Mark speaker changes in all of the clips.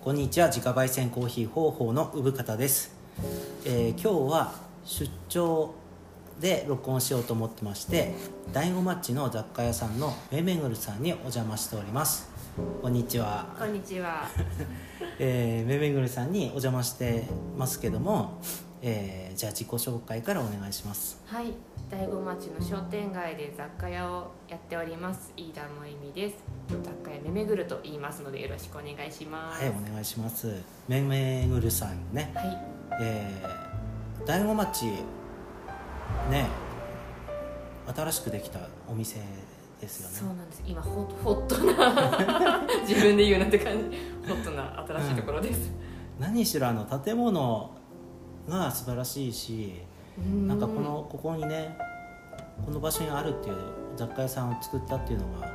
Speaker 1: こんにちは自家焙煎コーヒー方法の産方です、えー今日は出張で録音しようと思ってまして大子町の雑貨屋さんのめめぐるさんにお邪魔しておりますこんにちは
Speaker 2: こんにちは。
Speaker 1: えー、めめぐるさんにお邪魔してますけども、えーじゃあ自己紹介からお願いします
Speaker 2: はい、大子町の商店街で雑貨屋をやっております。飯田萌美です。雑貨屋めめぐると言いますので、よろしくお願いしま
Speaker 1: は
Speaker 2: す。
Speaker 1: いお願いしますめめぐるさんね
Speaker 2: はい、
Speaker 1: えー、大子町ね新しくできたお店です
Speaker 2: そう
Speaker 1: よね
Speaker 2: なんです。今ホホットな自分で言うなって感じ。ホットな新しいところです。
Speaker 1: 何しろあの建物が素晴らしいしなんかこのここにねこの場所にあるっていう雑貨屋さんを作ったっていうのが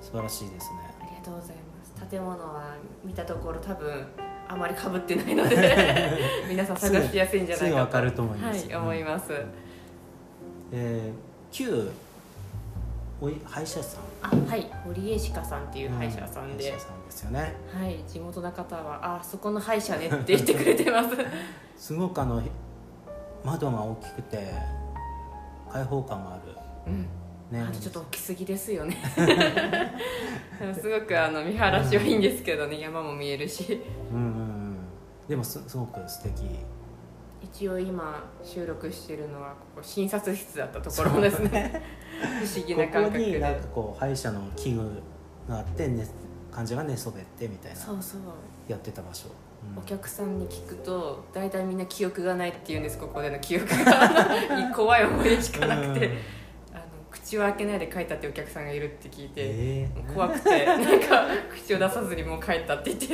Speaker 1: 素晴らしいですね
Speaker 2: ありがとうございます。建物は見たところ多分あまり被ってない ので、皆さん探しやすいんじゃ
Speaker 1: す
Speaker 2: な
Speaker 1: ぐ
Speaker 2: い
Speaker 1: わ
Speaker 2: か
Speaker 1: か
Speaker 2: と。
Speaker 1: ると思いま
Speaker 2: は
Speaker 1: す、
Speaker 2: い、思います。
Speaker 1: えー、旧おい歯医者さん
Speaker 2: あ、はい、堀江鹿さんっていう歯医者さんで
Speaker 1: 歯医者。さんですよね
Speaker 2: はい、地元の方は「あそこの歯医者ね」って言ってくれて ます
Speaker 1: すごくあの窓が大きくて開放感がある
Speaker 2: うん
Speaker 1: ね
Speaker 2: あとちょっと大きすぎで すよねでもすごくあの見晴らしはいいんですけどね山も見えるし
Speaker 1: うんうんうんでもすすごく素敵
Speaker 2: 一応今収録してるのはここ診察室だったところですね不思議な感
Speaker 1: ここ
Speaker 2: 覚で
Speaker 1: になんかこう歯医者の器具があって、ね、患者が寝そべってみたいな
Speaker 2: そうそう
Speaker 1: やってた場所、うん
Speaker 2: お客さんに聞くと大体みんな記憶がないって言うんですここでの記憶 が怖い思い出しかなくて、
Speaker 1: うん
Speaker 2: あの口を開けないで書いたってお客さんがいるって聞いて、
Speaker 1: え
Speaker 2: 怖 くてなんか口を出さずにもう帰ったって言って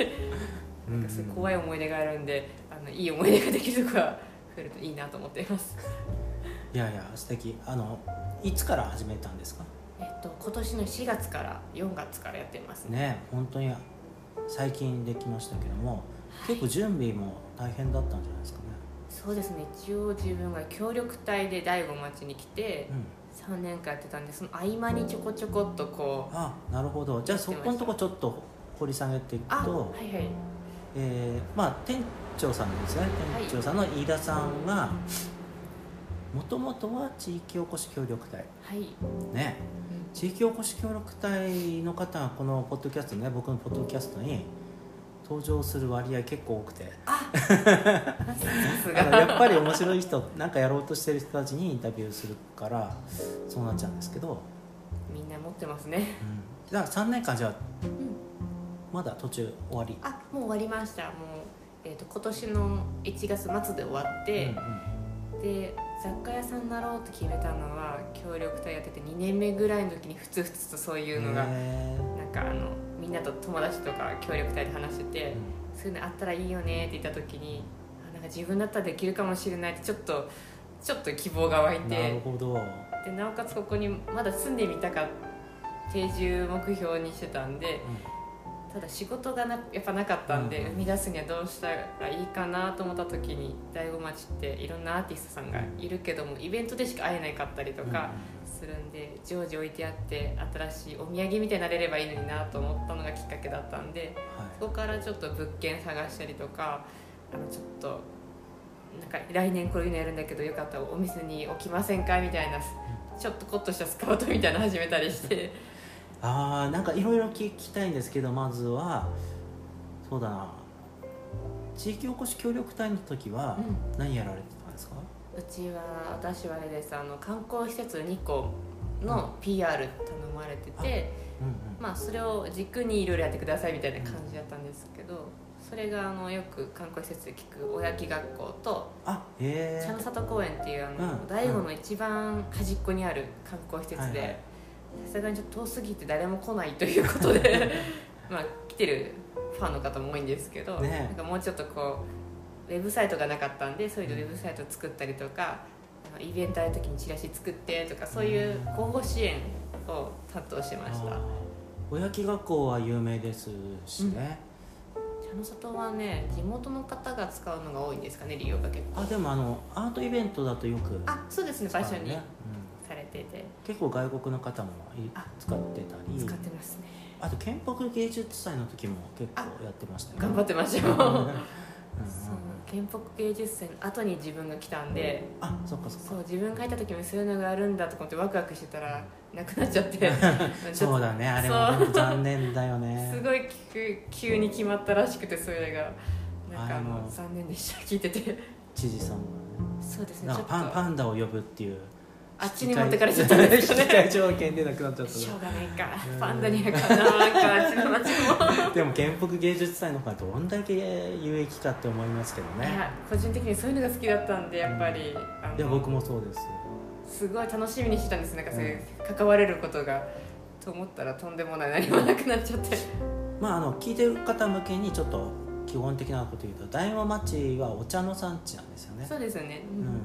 Speaker 1: ー
Speaker 2: なんかすごい怖
Speaker 1: い
Speaker 2: い思い出があるんであのいい思い出ができるとか増えるといいなと思っています
Speaker 1: いやいや素敵あのいつから始めたんですか
Speaker 2: えっと今年の4月から4月からやってますね
Speaker 1: ね本当に最近できましたけども結構準備も大変だったんじゃないですかね、
Speaker 2: そうですね一応自分が協力隊で醍醐町に来て
Speaker 1: うん、
Speaker 2: 3年間やってたんでその合間にちょこちょこっとこう
Speaker 1: あなるほどじゃあそこのとこちょっと掘り下げていく
Speaker 2: あ
Speaker 1: と
Speaker 2: はいはい
Speaker 1: えーまあ、店長さんですね
Speaker 2: はい
Speaker 1: 店長さんの飯田さんがもともとは地域おこし協力隊
Speaker 2: はい、
Speaker 1: ね地域おこし協力隊の方がこのポッドキャストね僕のポッドキャストに登場する割合結構多くて
Speaker 2: さす
Speaker 1: あの
Speaker 2: が
Speaker 1: やっぱり面白い人 なんかやろうとしてる人たちにインタビューするからそうなっちゃうんですけど、
Speaker 2: みんな持ってますね
Speaker 1: うん、だから3年間じゃあ
Speaker 2: ん
Speaker 1: まだ途中終わり、
Speaker 2: あもう終わりましたもう、えっと今年の1月末で終わって、
Speaker 1: うんうん
Speaker 2: で雑貨屋さんになろうって決めたのは協力隊やってて2年目ぐらいの時にふつふつとそういうのが、
Speaker 1: へー
Speaker 2: なんかあのみんなと友達とか協力隊で話してて、そういうのあったらいいよねって言った時にあなんか自分だったらできるかもしれないってちょっとちょっと希望が湧い
Speaker 1: うんなる
Speaker 2: て
Speaker 1: ほど
Speaker 2: でなおかつここにまだ住んでみたか定住目標にしてたんでただ仕事がなやっぱなかったんで、
Speaker 1: うん
Speaker 2: 生み出すにはどうしたらいいかなと思った時に醍醐町っていろんなアーティストさんがいるけどもイベントでしか会えないかったりとかするんで、常時置いてあって新しいお土産みたいになれればいいのになと思ったのがきっかけだったんで
Speaker 1: はい
Speaker 2: そこからちょっと物件探したりとかあのちょっとなんか来年こういうのやるんだけどよかったらお店に置きませんかみたいなちょっとコッとしたスカウトみたいなの始めたりして。
Speaker 1: あーなんかいろいろ聞きたいんですけどまずはそうだな地域おこし協力隊の時は
Speaker 2: うん
Speaker 1: 何やられてたんですか、
Speaker 2: うちは私はあれですあの観光施設2個の PR 頼まれてて、
Speaker 1: うん
Speaker 2: まあ、それを軸にいろいろやってくださいみたいな感じだったんですけどそれがあのよく観光施設で聞くおやき学校と
Speaker 1: あへ
Speaker 2: 茶の
Speaker 1: え
Speaker 2: 里公園っていうあ
Speaker 1: うん
Speaker 2: の醍醐の一番端っこにある観光施設
Speaker 1: はいは
Speaker 2: で
Speaker 1: い
Speaker 2: さすがにちょっと遠すぎて誰も来ないということ でまあ来てるファンの方も多いんですけど、
Speaker 1: ねえ
Speaker 2: なんかもうちょっとこうウェブサイトがなかったんでそういうウェブサイト作ったりとかあのイベントある時にチラシ作ってとかそういう広報支援を担当してました
Speaker 1: あーおやき学校は有名ですしね、
Speaker 2: 茶の里はね地元の方が使うのが多いんですかね利用が結構
Speaker 1: あでもあのアートイベントだとよく
Speaker 2: あそうですね場所
Speaker 1: 使う
Speaker 2: に
Speaker 1: ね
Speaker 2: されてて
Speaker 1: うん結構外国の方もい
Speaker 2: あ
Speaker 1: 使ってたり
Speaker 2: 使ってますね
Speaker 1: あと県北芸術祭の時も結構やってましたね
Speaker 2: 頑張って ましょう
Speaker 1: うんうんうん
Speaker 2: そう県北芸術祭の後に自分が来たんで、
Speaker 1: あそっかそっか
Speaker 2: そう自分がいた時もそういうのがあるんだとか思ってワクワクしてたらなくなっち ゃって
Speaker 1: そうだねあれも
Speaker 2: そう
Speaker 1: ね残念だよね
Speaker 2: すごい急急に決まったらしくてそれがなんかあ
Speaker 1: あ
Speaker 2: の
Speaker 1: の
Speaker 2: 残念でした聞いてて
Speaker 1: 知事さんもね
Speaker 2: そうですね
Speaker 1: なん
Speaker 2: ち
Speaker 1: か
Speaker 2: ょっと
Speaker 1: パンパンダを呼ぶっていう
Speaker 2: あっちに持ってかれちゃったんですよ
Speaker 1: 引き換え
Speaker 2: ね
Speaker 1: 条件でなくなっちゃっ
Speaker 2: しょう
Speaker 1: た
Speaker 2: がないか
Speaker 1: うん
Speaker 2: パンダにはかなわんかあっちの町も、
Speaker 1: なでも県北芸術祭の方がどんだけ有益かって思いますけど
Speaker 2: い
Speaker 1: ね
Speaker 2: や個人的にそういうのが好きだったんでやっぱり、あの
Speaker 1: でも僕もそうです
Speaker 2: すごい楽しみにしてたんですなんかそういう関われることがと思ったらとんでもない何もなくなっちゃって
Speaker 1: まああの聞いてる方向けにちょっと基本的なこと言うと大和町はお茶の産地なんですよね
Speaker 2: そうですよね、
Speaker 1: う
Speaker 2: う
Speaker 1: んんうん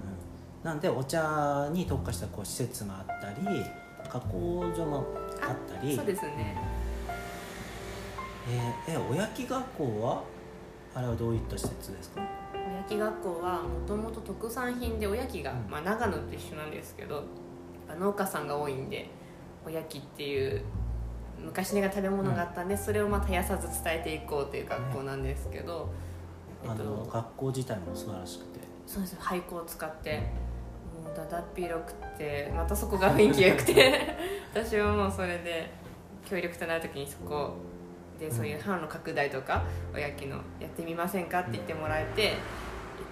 Speaker 1: なんでお茶に特化したこう施設があったり加工所もあったり
Speaker 2: そうですね
Speaker 1: えーえおやき学校はあれはどういった施設ですか
Speaker 2: おやき学校はもともと特産品でおやきが、
Speaker 1: うん
Speaker 2: まあ、長野と一緒なんですけどやっぱ農家さんが多いんでおやきっていう昔ながら食べ物があったんで、それをまあ絶やさず伝えていこうという学校なんですけど、え
Speaker 1: あ
Speaker 2: っ
Speaker 1: の
Speaker 2: と、
Speaker 1: 学校自体も素晴らしくて
Speaker 2: そうです俳句を使ってもうだだっ広くてまたそこが雰囲気良くて 私はもうそれで協力となる時にそこでそういう販路拡大とかおやきのやってみませんかって言ってもらえて行っ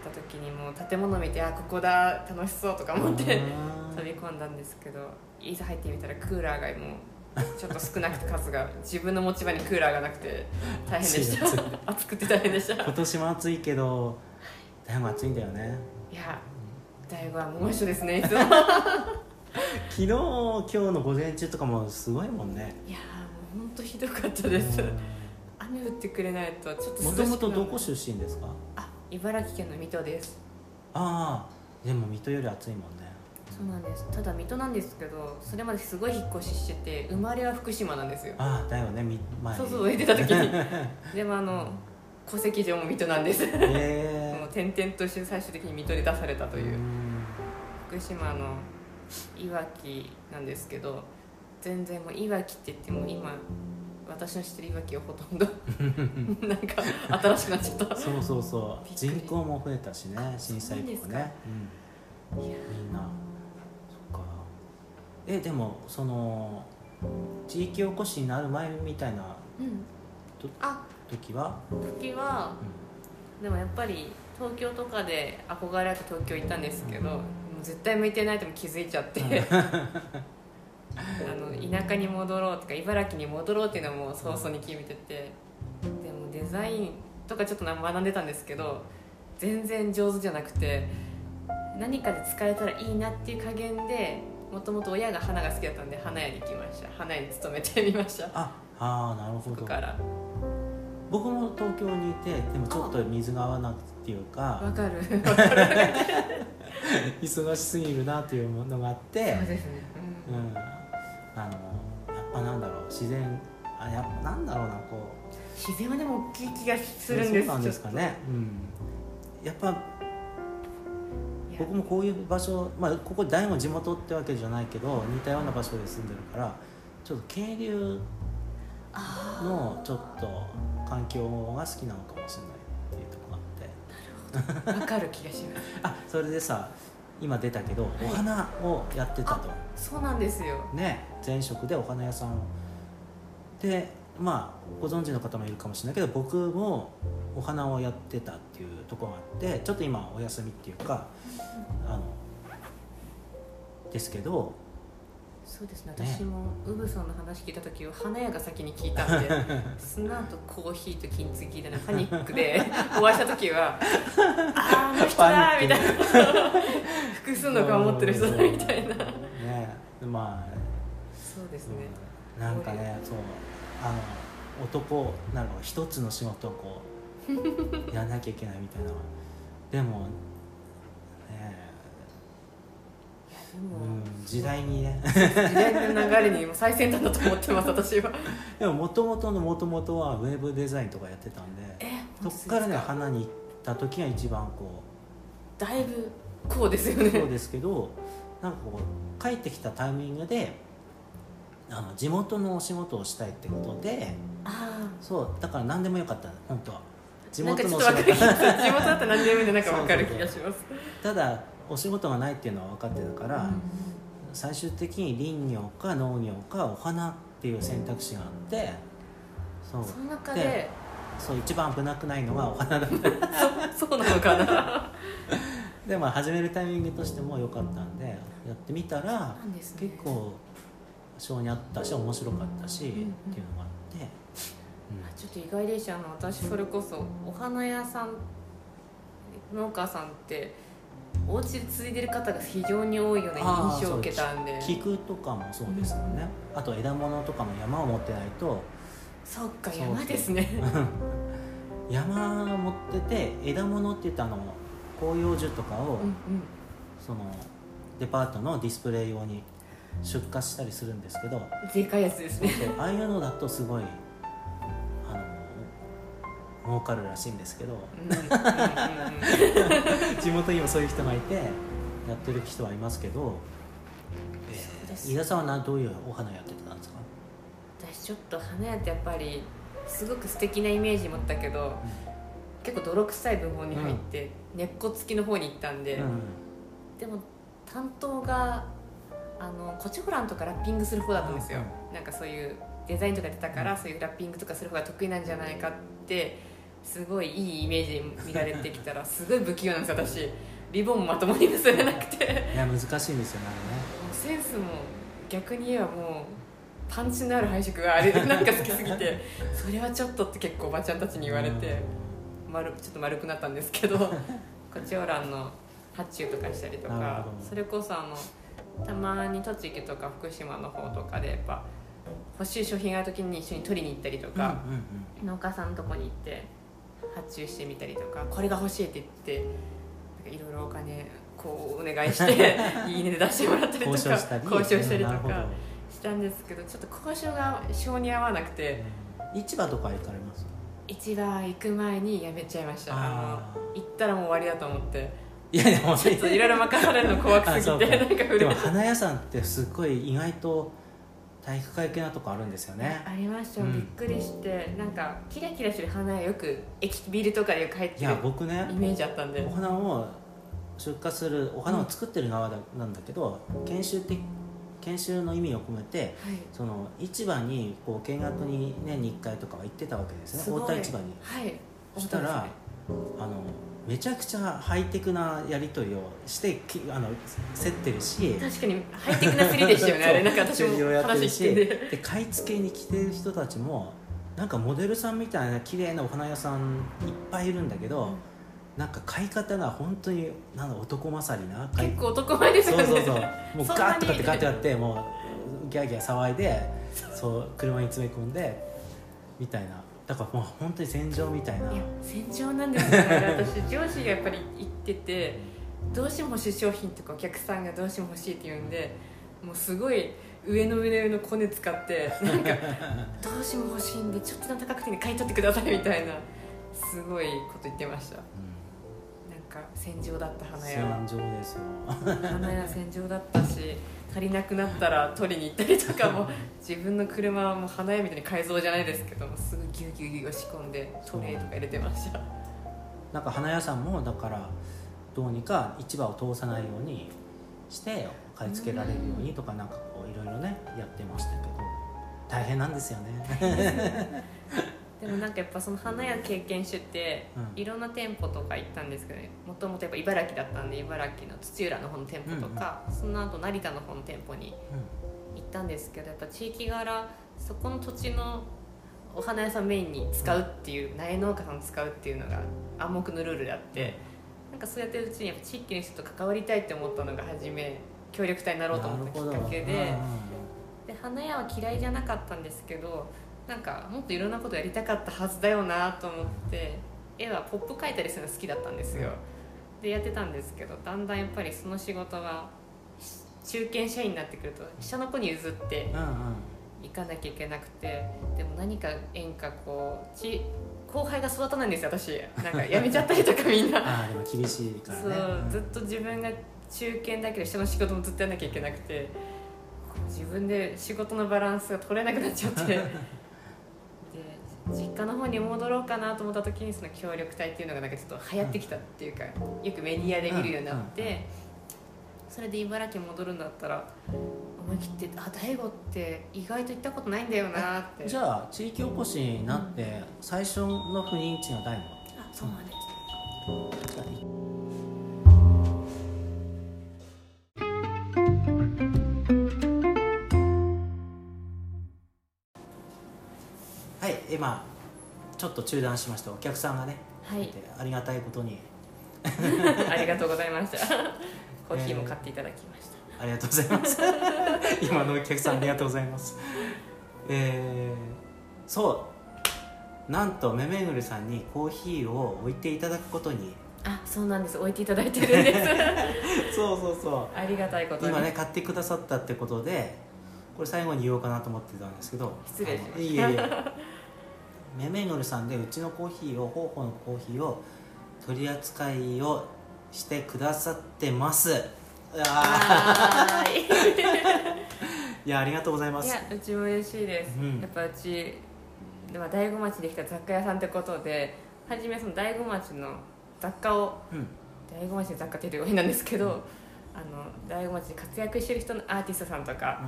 Speaker 2: た時にもう建物見てあここだ楽しそうとか思って
Speaker 1: あー
Speaker 2: 飛び込んだんですけどいざ入ってみたらクーラーがもうちょっと少なくて数が自分の持ち場にクーラーがなくて大変で した
Speaker 1: 暑い暑い
Speaker 2: 暑くて大変でした
Speaker 1: 今年も暑いけどだいぶ暑いんだよね
Speaker 2: いや大悟は猛暑ですねいつも
Speaker 1: 昨日今日の午前中とかもすごいもんね
Speaker 2: いやーもう本当ひどかったです、
Speaker 1: うん
Speaker 2: 雨降ってくれないとちょっと
Speaker 1: も
Speaker 2: 涼しく
Speaker 1: と
Speaker 2: な
Speaker 1: もとどこ
Speaker 2: し
Speaker 1: 出身ですか
Speaker 2: あ茨城県の水戸です
Speaker 1: ああでも水戸より暑いもんね
Speaker 2: そうなんですただ水戸なんですけどそれまですごい引っ越ししてて生まれは福島なんですよ
Speaker 1: ああだよねみ前
Speaker 2: そうそう出てた 時にでもあの戸籍上も水戸なんですもう
Speaker 1: へ
Speaker 2: 転々として最終的に水戸で出された
Speaker 1: え
Speaker 2: という福島のいわきなんですけど全然もういわきって言っても今私の知ってるいわきはほと んどなんか新しくなっちゃった
Speaker 1: そうそうそ
Speaker 2: び
Speaker 1: う
Speaker 2: っくり
Speaker 1: 人口も増えたしね震災以降
Speaker 2: そうなんで
Speaker 1: ねうん
Speaker 2: いや
Speaker 1: みんなそっかえでもその地域おこしになる前みたいな
Speaker 2: うん
Speaker 1: ど
Speaker 2: あ
Speaker 1: 時は、
Speaker 2: 時は
Speaker 1: う
Speaker 2: でもやっぱり東京とかで憧れあって東京行ったんですけど、もう絶対向いてないとも気づいちゃって、 あの田舎に戻ろうとか茨城に戻ろうっていうのも早々に決めててでもデザインとかちょっと学んでたんですけど全然上手じゃなくて何かで使えたらいいなっていう加減でもともと親が花が好きだったんで花屋に行きました花屋に勤めてみました
Speaker 1: ああーなる
Speaker 2: そ
Speaker 1: ほ
Speaker 2: こ
Speaker 1: ど
Speaker 2: から
Speaker 1: 僕も東京にいてでもちょっと水が合わなくてっていうか
Speaker 2: わかるわかる
Speaker 1: 忙しすぎるなっていうものがあって
Speaker 2: そうですね、うん
Speaker 1: うんあのやっぱなんだろう自然あやっぱなんだろうなこう
Speaker 2: 自然はでも大きい気がするんです
Speaker 1: そうなんですかね、うん、やっぱ
Speaker 2: ちょっ
Speaker 1: 僕もこういう場所、まあ、ここ大も地元ってわけじゃないけど似たような場所で住んでるからちょっと渓流のちょっと環境が好きなのかもしれないっていうところがあって
Speaker 2: とわかる気がします
Speaker 1: あそれでさ今出たけどお花をやってたと、
Speaker 2: そうなんですよ
Speaker 1: ね前職でお花屋さんをでまあご存知の方もいるかもしれないけど僕もお花をやってたっていうところがあってちょっと今お休みっていうかあのですけど
Speaker 2: そうですね
Speaker 1: ね
Speaker 2: 私もウブさんの話聞いた時は花屋が先に聞いたんで その後コーヒーと金継ぎでパニックでお会いした時は「あーあの人だ!」
Speaker 1: パニ
Speaker 2: み
Speaker 1: ッ
Speaker 2: たい
Speaker 1: ク
Speaker 2: な複数の顔持ってる人だみたいな
Speaker 1: ねまあ
Speaker 2: そうですね
Speaker 1: うんなんかねそうあの男なの一つの仕事をこ うやらなきゃいけないみたいなでもね
Speaker 2: いや
Speaker 1: う
Speaker 2: でも
Speaker 1: ん、時代に ね
Speaker 2: 時代の流れにも最先端だと思ってます 私は
Speaker 1: でももともとのもともとはウェブデザインとかやってたんで
Speaker 2: え
Speaker 1: そっからね花に行った時が一番こ
Speaker 2: だいぶこうですよ
Speaker 1: う
Speaker 2: ね
Speaker 1: そうですけどなんかこう帰ってきたタイミングであの地元のお仕事をしたいってことで
Speaker 2: あ
Speaker 1: そうだから何でもよかった本当は地
Speaker 2: あなんか
Speaker 1: 元
Speaker 2: ち
Speaker 1: の
Speaker 2: ょっ
Speaker 1: お
Speaker 2: と
Speaker 1: 仕
Speaker 2: わかる
Speaker 1: 事
Speaker 2: 気がす る地元だったら何でもいいんでなんかわかる気がします
Speaker 1: ただお仕事がないっていうのは分かってたから、最終的に林業か農業かお花っていう選択肢があってそう
Speaker 2: その中
Speaker 1: で
Speaker 2: で
Speaker 1: そう一番危なくないのはお花だ った
Speaker 2: そそうなのかな
Speaker 1: でも始めるタイミングとしても良かったんでやってみたら
Speaker 2: なんですね
Speaker 1: 結構性に合ったし面白かったし、
Speaker 2: んうん
Speaker 1: っていうのがあって、
Speaker 2: あちょっと意外でしたあの私それこそお花屋さん農家さんってお家で継いでる方が非常に多いような
Speaker 1: あー
Speaker 2: 印象を受けたんで
Speaker 1: 菊とかもそうですもんね、あと枝物とかも山を持ってないと
Speaker 2: そっか
Speaker 1: そう
Speaker 2: 山ですね
Speaker 1: 山持ってて枝物って言ったあの広葉樹とかを、
Speaker 2: うんうん
Speaker 1: そのデパートのディスプレイ用に出荷したりするんですけど
Speaker 2: でかいやつですね
Speaker 1: ああいうのだとすごいあの儲かるらしいんですけど
Speaker 2: うんうんうんう ん
Speaker 1: 地元にもそういう人がいてやってる人はいますけど、
Speaker 2: そう
Speaker 1: え
Speaker 2: で
Speaker 1: ー
Speaker 2: す
Speaker 1: 飯田さんはなどういうお花やってたんですか、
Speaker 2: 私ちょっと花屋ってやっぱりすごく素敵なイメージ持ったけど結構泥臭い部門に入って、根っこ付きの方に行ったんで、
Speaker 1: うん
Speaker 2: でも担当があのコチョフランとかラッピングする方だったんですよ、なんかそういうデザインとか出たから、そういうラッピングとかする方が得意なんじゃないかってすごいいいイメージで見られてきたらすごい不器用なんです私リボンもまともに結べなくてもう
Speaker 1: いや難しいんですよねあれね
Speaker 2: センスも逆に言えばもうパンチのある配色があれでなんか好きすぎてそれはちょっとって結構おばちゃんたちに言われて。丸ちょっと丸くなったんですけどコチョウランの発注とかしたりと
Speaker 1: なる
Speaker 2: か
Speaker 1: ほど
Speaker 2: それこそあのたまに栃木とか福島の方とかでやっぱ欲しい商品がある時に一緒に取りに行ったりと
Speaker 1: うんうん
Speaker 2: か、農家さんのとこに行って発注してみたりとかこれが欲しいって言っていろいろお金こうお願いして いいねで出してもらったり
Speaker 1: うん、
Speaker 2: とか
Speaker 1: 交渉したり
Speaker 2: 交渉したりと
Speaker 1: なるほど
Speaker 2: かしたんですけどちょっと交渉が性に合わなくて
Speaker 1: 市場とか行かれます
Speaker 2: 市場行く前にやめちゃいました。あの
Speaker 1: あ
Speaker 2: 行ったらもう終わりだと思って
Speaker 1: ーいやでも
Speaker 2: ちょっといろいろ任されるの怖くすぎて
Speaker 1: あそうか
Speaker 2: なんか震え
Speaker 1: でも花屋さんってすっごい意外と体育会系なとこあるんですよね
Speaker 2: ありました、
Speaker 1: うん
Speaker 2: びっくりしてなんかキラキラしてる花よく駅ビルとかでよく入っ
Speaker 1: い
Speaker 2: てる
Speaker 1: や僕ね
Speaker 2: イメージあったんで
Speaker 1: お花を出荷するお花を作ってる側だなんだけど研修的研修の意味を込めて
Speaker 2: はい
Speaker 1: その市場にこう見学に年に1回とかは行ってたわけですね
Speaker 2: すごい
Speaker 1: 太田市場に
Speaker 2: はい
Speaker 1: そしたらあのめちゃくちゃハイテクなやり取りをしてきあの競ってるし
Speaker 2: 確かにハイテクなすりでしたよ ねあれなんか私も
Speaker 1: いろいろやってる
Speaker 2: 話
Speaker 1: し
Speaker 2: してて
Speaker 1: で買い付けに来てる人たちもなんかモデルさんみたいな綺麗なお花屋さんいっぱいいるんだけど、
Speaker 2: うん
Speaker 1: なんか買い方が本当になんだ男勝りな買い
Speaker 2: 結構男前ですよ
Speaker 1: そう
Speaker 2: ね
Speaker 1: そ うそうもう
Speaker 2: そんなに
Speaker 1: ガーッとかってガーッとやってもうギャーギャー騒いでそう車に詰め込んでみたいなだからもう本当に戦場みたいない
Speaker 2: や戦場なんですよね私上司がやっぱり行っててどうしても欲しい商品とかお客さんがどうしても欲しいって言うんでもうすごい上の上の上のコネ使ってな んかどうしても欲しいんでちょっとでも高くていいんで買い取ってくださいみたいなすごいこと言ってましたなん
Speaker 1: う
Speaker 2: か戦場だった
Speaker 1: ん
Speaker 2: 花屋は
Speaker 1: 戦場ですよ
Speaker 2: 花屋戦場だったし足りなくなったら取りに行ったりとか も自分の車はもう花屋みたいに改造じゃないですけどもすぐギュギュギュギュ仕込んでトレーとか入れてました
Speaker 1: なんか花屋さんもだからどうにか市場を通さないようにして買い付けられるようにとかなんかこういろいろねやってましたけど大変なんですよね
Speaker 2: でもなんかやっぱその花屋経験してて、
Speaker 1: うん
Speaker 2: いろんな店舗とか行ったんですけどねもともとやっぱ茨城だったんで茨城の土浦の方の店舗とか、その後成田の方の店舗に行ったんですけどやっぱ地域柄そこの土地のお花屋さんメインに使うっていう苗農家さんを使うっていうのが暗黙のルールであってなんかそうやってるうちにやっぱ地域の人と関わりたいって思ったのが初め協力隊になろうと思ったきっかけ
Speaker 1: うん
Speaker 2: で。で花屋は嫌いじゃなかったんですけどなんかもっといろんなことやりたかったはずだよなと思って絵はポップ描いたりするの好きだったんですよでやってたんですけどだんだんやっぱりその仕事がし中堅社員になってくると下の子に譲って
Speaker 1: うんうん
Speaker 2: 行かなきゃいけなくてでも何か縁かこうち後輩が育たないんですよ私なんか辞めちゃったりとかみんな
Speaker 1: ああでも厳しいからね
Speaker 2: そう
Speaker 1: うん
Speaker 2: ずっと自分が中堅だけど下の仕事もずっとやんなきゃいけなくて自分で仕事のバランスが取れなくなっちゃって で実家の方に戻ろうかなと思った時にその協力隊っていうのがなんかちょっと流行ってきたっていうかよくメディアで見るようになっ
Speaker 1: うんうんうん
Speaker 2: てそれで茨城戻るんだったら思い切って「あ大悟って意外と行ったことないんだよな」って
Speaker 1: じゃあ地域おこしになって最初の不妊地の大悟
Speaker 2: あそうなんです
Speaker 1: はい今ちょっと中断しましたお客さんがね、
Speaker 2: はい
Speaker 1: いてありがたいことに
Speaker 2: ありがとうございました コーヒーも買っていただきました、
Speaker 1: ありがとうございます 今のお客さんありがとうございますえーそうなんとめめぐるさんにコーヒーを置いていただくことに
Speaker 2: あそうなんです置いていただいてるんで す
Speaker 1: そうそうそ
Speaker 2: ありがたいこと
Speaker 1: う
Speaker 2: に
Speaker 1: 今ね買ってくださったってことでこれ最後に言おうかなと思ってたんですけど
Speaker 2: 失礼しました
Speaker 1: あのいえいえめ めぐるさんでうちのコーヒーを方法のコーヒーを取り扱いをしてくださってますうわー
Speaker 2: は ーい
Speaker 1: いやありがとうございま
Speaker 2: い
Speaker 1: す
Speaker 2: やうちも嬉しいです、
Speaker 1: うん
Speaker 2: やっぱうちでは大子町できた雑貨屋さんってことで初めその大子町の雑貨を
Speaker 1: うん
Speaker 2: 大子町の雑貨っていうと変なんですけど、あの大子町で活躍してる人のアーティストさんとか、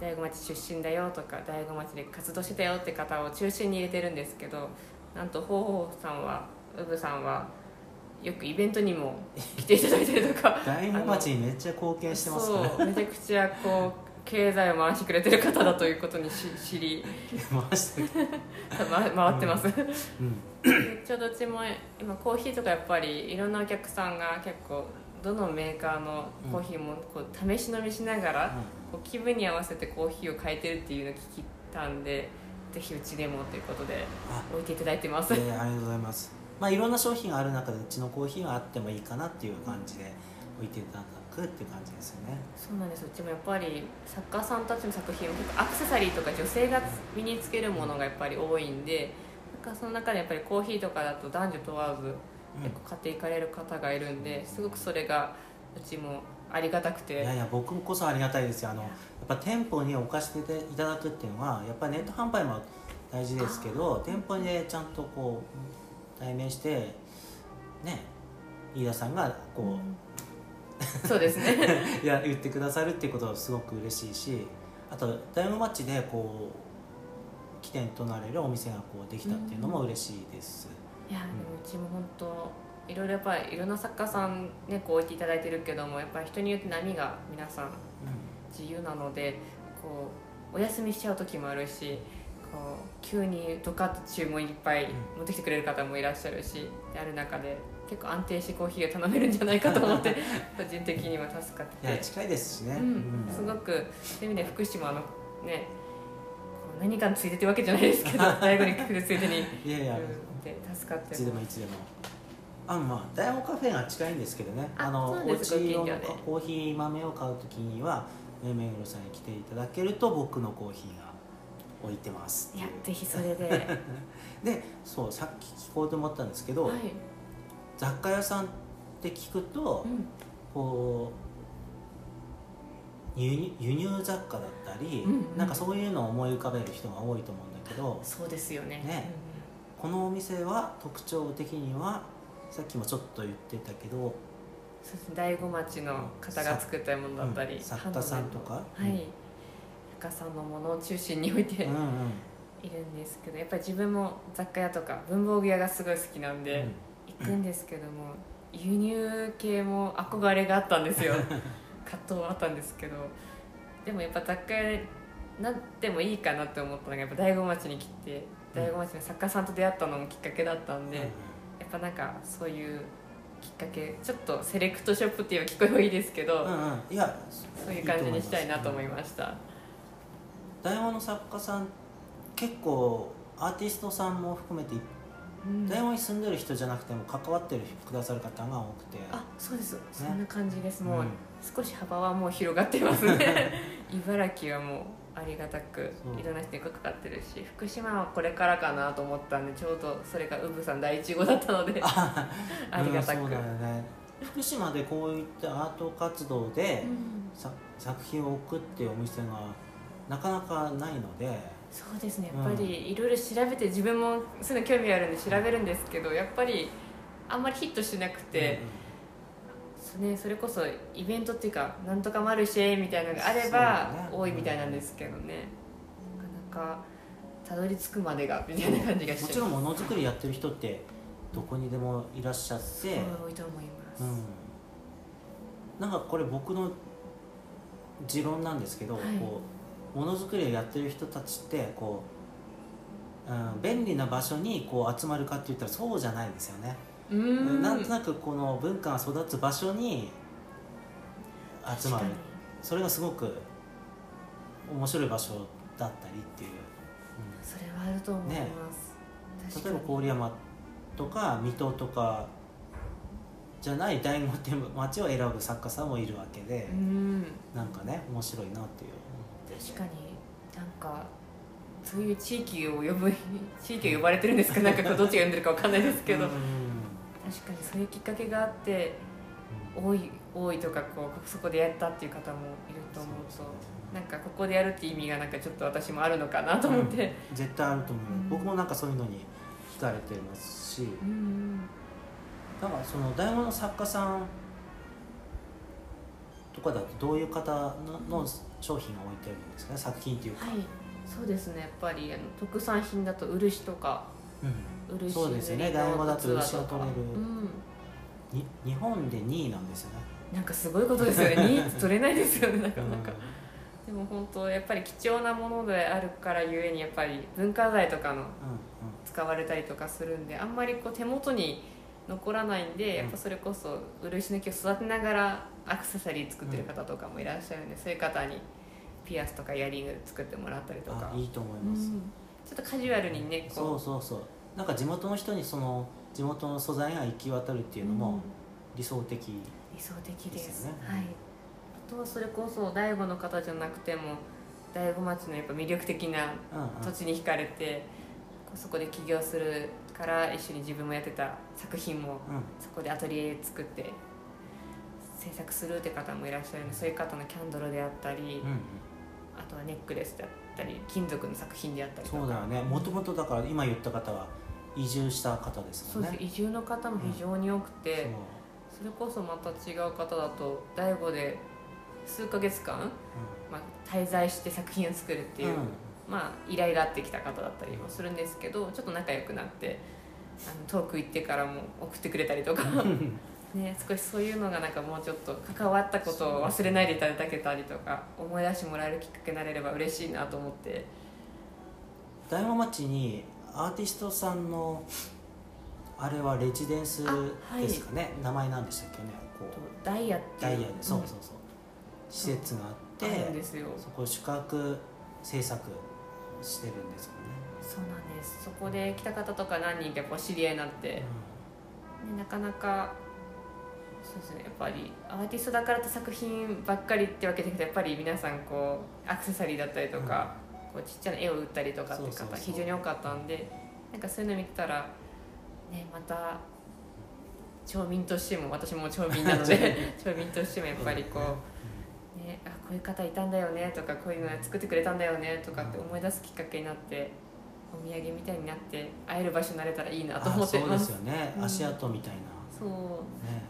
Speaker 2: 大子町出身だよとか大子町で活動してたよって方を中心に入れてるんですけどなんとほうほうさんはうぶさんはよくイベントにも来ていただいたりとか
Speaker 1: 大子町にめっちゃ貢献してますからね
Speaker 2: そうめちゃくちゃこう経済を回してくれてる方だということにし 知り
Speaker 1: 回してる
Speaker 2: 回回ってます、
Speaker 1: うん
Speaker 2: で ちょうどうちも今コーヒーとかやっぱりいろんなお客さんが結構どのメーカーのコーヒーもこう試し飲みしながら、こう気分に合わせてコーヒーを変えてるっていうのを聞いたんでぜひうちでもということで
Speaker 1: あ
Speaker 2: 置いていただいてます、
Speaker 1: えーありがとうございますまあいろんな商品がある中でうちのコーヒーがあってもいいかなっていう感じで置いていただくっていう感じですよね
Speaker 2: そうなんですうちもやっぱり作家さんたちの作品も結構アクセサリーとか女性が身につけるものがやっぱり多いんでなんかその中でやっぱりコーヒーとかだと男女問わず結構買っていかれる方がいるんですごくそれがうちもありがたく
Speaker 1: い
Speaker 2: て
Speaker 1: やいや僕こそありがたいですよあのやっぱ店舗に置かせていただくっていうのはやっぱネット販売も大事ですけど店舗でちゃんとこう対面してね飯田さんがこう、
Speaker 2: そうですね
Speaker 1: いや言ってくださるっていうことはすごく嬉しいしあとダイムマッチでこう起点となれるお店がこうできたっていうのも嬉しいです、
Speaker 2: いやでもうちも本当いろいろやっぱりいろんな作家さんねこう置いていただいてるけどもやっぱり人によって波が皆さん
Speaker 1: う
Speaker 2: 自由なのでこうお休みしちゃう時もあるしこう急にドカッと注文いっぱい持ってきてくれる方もいらっしゃるしである中で結構安定してコーヒーが頼めるんじゃないかと思って 個人的には助かっ
Speaker 1: んいや
Speaker 2: て、
Speaker 1: 近いですしね、
Speaker 2: う
Speaker 1: うん
Speaker 2: ん、すごくそういう意味で福島のねこう何かについてってわけじゃないですけ ど最後に来るついでに。
Speaker 1: いやいや、
Speaker 2: うんで助かっ
Speaker 1: い
Speaker 2: て
Speaker 1: つでもいつでもあのまあダイムカフェが近いんですけどね
Speaker 2: あ
Speaker 1: の
Speaker 2: そ
Speaker 1: お
Speaker 2: うです
Speaker 1: 家
Speaker 2: ご
Speaker 1: の
Speaker 2: 近所で
Speaker 1: コーヒー豆を買う時にはめめぐろさんに来ていただけると僕のコーヒーが置いてます
Speaker 2: いやぜひそれではい
Speaker 1: でそうさっき聞こうと思ったんですけど、雑貨屋さんって聞くと、
Speaker 2: うん
Speaker 1: こう輸入輸入雑貨だったり、
Speaker 2: うんうん
Speaker 1: なんかそういうのを思い浮かべる人が多いと思うんだけど
Speaker 2: そうですよね
Speaker 1: ねこのお店は特徴的にはさっきもちょっと言ってたけど
Speaker 2: そうですね醍醐町の方が作ったものだったり、
Speaker 1: うん作家さんとか
Speaker 2: ハンドメイドはい作家さんのものを中心に置いて
Speaker 1: うんうん
Speaker 2: いるんですけどやっぱり自分も雑貨屋とか文房具屋がすごい好きなん
Speaker 1: う
Speaker 2: で
Speaker 1: ん
Speaker 2: 行くんですけども、輸入系も憧れがあった んですよ葛藤はあったんですけどでもやっぱ雑貨屋になってもいいかなって思ったのがやっぱ醍醐町に来て
Speaker 1: うん
Speaker 2: 醍醐町の作家さんと出会ったのもきっかけだったんで、
Speaker 1: うん
Speaker 2: やっぱなんかそういうきっかけちょっとセレクトショップっていう聞こえはいいですけど、
Speaker 1: うんうんいや
Speaker 2: そういう感じにしたいなと思いました
Speaker 1: 大和の作家さん結構アーティストさんも含めて
Speaker 2: うん
Speaker 1: 大和に住んでる人じゃなくても関わってるくださる方が多くて
Speaker 2: あそうです、そんな感じですもう、
Speaker 1: うん
Speaker 2: 少し幅はもう広がってますね茨城はもうありがたく
Speaker 1: そう
Speaker 2: いろんな人にかかってるし福島はこれからかなと思ったんでちょうどそれがうぶさん第1号だったので ありがた
Speaker 1: う
Speaker 2: く、
Speaker 1: んそうだよね福島でこういったアート活動で、
Speaker 2: うん
Speaker 1: 作作品を置くっていうお店がなかなかないので
Speaker 2: そうですね
Speaker 1: うん
Speaker 2: やっぱりいろいろ調べて自分もそういうの興味あるんで調べるんですけどやっぱりあんまりヒットしなくて、そうね、それこそイベントっていうかなんとかマルシェみたいなのがあれ
Speaker 1: そ
Speaker 2: ば
Speaker 1: うだね
Speaker 2: 多いみたいなんですけどねなかなかたどり着くまでがみたいな感じ
Speaker 1: うん
Speaker 2: がし
Speaker 1: も
Speaker 2: ち
Speaker 1: ち
Speaker 2: ゃ
Speaker 1: ろ
Speaker 2: うん
Speaker 1: ものづくりやってる人ってどこにでもいらっしゃって、
Speaker 2: 多いと思います、
Speaker 1: うん、なんかこれ僕の持論なんですけど、
Speaker 2: はい
Speaker 1: こうものづくりをやってる人たちってこう、うん、便利な場所にこう集まるかって言ったらそうじゃないですよね、
Speaker 2: うーん
Speaker 1: なんとなくこの文化が育つ場所に集まる
Speaker 2: 確かに
Speaker 1: それがすごく面白い場所だったりっていう、
Speaker 2: それはあると思います、確
Speaker 1: うん、例
Speaker 2: か
Speaker 1: えば
Speaker 2: に
Speaker 1: 郡山とか水戸とかじゃない醍醐って町を選ぶ作家さんもいるわけで
Speaker 2: う、ん
Speaker 1: なんかね面白いなっていう
Speaker 2: 確かになんかそういう地域を呼ぶ地域を呼ばれてるんですかなんかこうどっちが呼んでるかわかんないですけど
Speaker 1: うん
Speaker 2: 確かにそういうきっかけがあって多い多いとかこうそこでやったっていう方もいると思う
Speaker 1: そうです
Speaker 2: と
Speaker 1: ね
Speaker 2: なんかここでやるって意味がなんかちょっと私もあるのかなと思って、
Speaker 1: 絶対あると思う、
Speaker 2: うん
Speaker 1: 僕もなんかそういうのに惹かれてますし、
Speaker 2: うんうん、
Speaker 1: なんかその大物の作家さんとかだとどういう方のの商品が置いてあるんですかね作品っていうか、
Speaker 2: はいそうですねやっぱりあの特産品だと漆とか
Speaker 1: うん
Speaker 2: 漆
Speaker 1: そうですよね
Speaker 2: 塗りの
Speaker 1: 大悟だと漆
Speaker 2: 器
Speaker 1: を取れる
Speaker 2: うん
Speaker 1: に日本で2位なんですよね
Speaker 2: なんかすごいことですよ ねニーズ取れないですよねなかなか
Speaker 1: うん、
Speaker 2: でも本当やっぱり貴重なものであるからゆえにやっぱり文化財とか
Speaker 1: う
Speaker 2: の
Speaker 1: ん
Speaker 2: 使われたりとかするんであんまりこう手元に残らないんでやっぱそれこそ漆の木を育てながらアクセサリー作ってる方とかもいらっしゃるんで、そういう方にピアスとかイヤリング作ってもらったりとか
Speaker 1: あいいと思いうます、
Speaker 2: んちょっとカジュアルにね
Speaker 1: そ
Speaker 2: こ
Speaker 1: う
Speaker 2: う
Speaker 1: そうそうなんか地元の人にその地元の素材が行き渡るっていうの
Speaker 2: うん
Speaker 1: も理想的、
Speaker 2: 理想的です
Speaker 1: ですよね
Speaker 2: はい、あとはそれこそ醍醐の方じゃなくても醍醐町のやっぱ魅力的な
Speaker 1: うんうん
Speaker 2: 土地に惹かれてこうそこで起業するから一緒に自分もやってた作品
Speaker 1: う
Speaker 2: も
Speaker 1: ん
Speaker 2: そこでアトリエ作って制作するって方もいらっしゃるのでそういう方のキャンドルであったり、
Speaker 1: うんうん
Speaker 2: あとはネックレスであったり金属の作品であったりとか
Speaker 1: そうだよねもともとだから今言った方は移住した方です
Speaker 2: そ
Speaker 1: も
Speaker 2: うんです
Speaker 1: ね
Speaker 2: 移住の方も非常に多くて、
Speaker 1: そう
Speaker 2: それこそまた違う方だと醍醐で数ヶ月間、まあ、滞在して作品を作るっていう、
Speaker 1: ん
Speaker 2: まあ、依頼があってきた方だったりもするんですけどちょっと仲良くなってあの遠く行ってからも送ってくれたりとか、ね、少しそういうのがなんかもうちょっと関わったことを忘れないでいただけたりとか思い出してもらえるきっかけになれれば嬉しいなと思って
Speaker 1: 大間町にアーティストさんのあれはレジデンス
Speaker 2: あはい
Speaker 1: ですかね、名前なんでしたっけねこう
Speaker 2: とダイヤって
Speaker 1: ダ
Speaker 2: いう
Speaker 1: イヤでそうそうそう施設があって
Speaker 2: あるんですよ
Speaker 1: そこ宿泊制作してるんですよ
Speaker 2: そうなんですそこで来た方とか何人かこう知り合いになって、
Speaker 1: ね、
Speaker 2: ねなかなかそうですねやっぱりアーティストだからって作品ばっかりってわけじゃなくてやっぱり皆さんこうアクセサリーだったりとか、こうちっちゃな絵を売ったりとかっていう
Speaker 1: そう
Speaker 2: 方
Speaker 1: そうそう
Speaker 2: 非常に多かったんでなんかそういうの見てたらねまた町民としても私も町民なので 町民としてもやっぱりこう。ね、あこういう方いたんだよねとかこういうの作ってくれたんだよねとかって思い出すきっかけになってお土産みたいになって会える場所になれたらいいなと
Speaker 1: あ
Speaker 2: 思って
Speaker 1: そう
Speaker 2: ま
Speaker 1: ですすよね、
Speaker 2: うん
Speaker 1: 足跡みたいな
Speaker 2: そう
Speaker 1: ね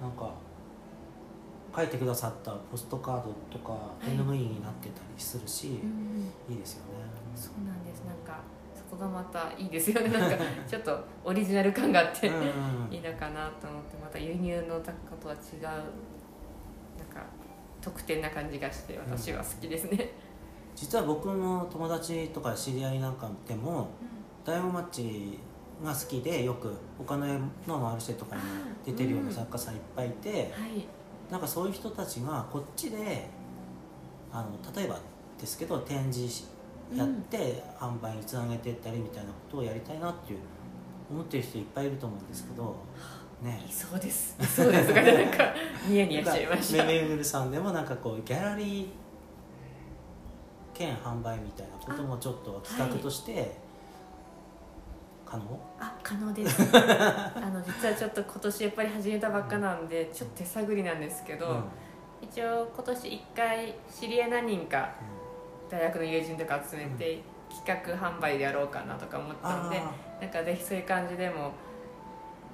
Speaker 1: なんか書いてくださったポストカードとか
Speaker 2: い
Speaker 1: NV になってたりするし、
Speaker 2: うん
Speaker 1: いいですよね
Speaker 2: そうなんですなんかそこがまたいいで すよねなんかちょっとオリジナル感があって、
Speaker 1: うんうんうん
Speaker 2: いいのかなと思ってまた輸入の雑貨とは違うなんか特典な感じがして私は好きですね、
Speaker 1: 実は僕の友達とか知り合いなんかでもダイヤモンマッチが好きでよくお金のマルシェとかに出てるような作家さんいっぱいいて、
Speaker 2: はい
Speaker 1: なんかそういう人たちがこっちであの例えばですけど展示しやって販売につなげていったりみたいなことをやりたいなっていう思ってる人いっぱいいると思うんですけど、ね
Speaker 2: いそうですそうですがなんか ニヤニヤしちゃいました
Speaker 1: メメグルさんでもなんかこうギャラリー兼販売みたいなこともちょっと企画として可能、
Speaker 2: あ可能です あの実はちょっと今年やっぱり始めたばっかなんでちょっと手探りなんですけど、
Speaker 1: うん
Speaker 2: 一応今年1回知り合い何人か大学の友人とか集めて企画販売でやろうかなとか思ったので、
Speaker 1: あ
Speaker 2: なんかぜひそういう感じでも、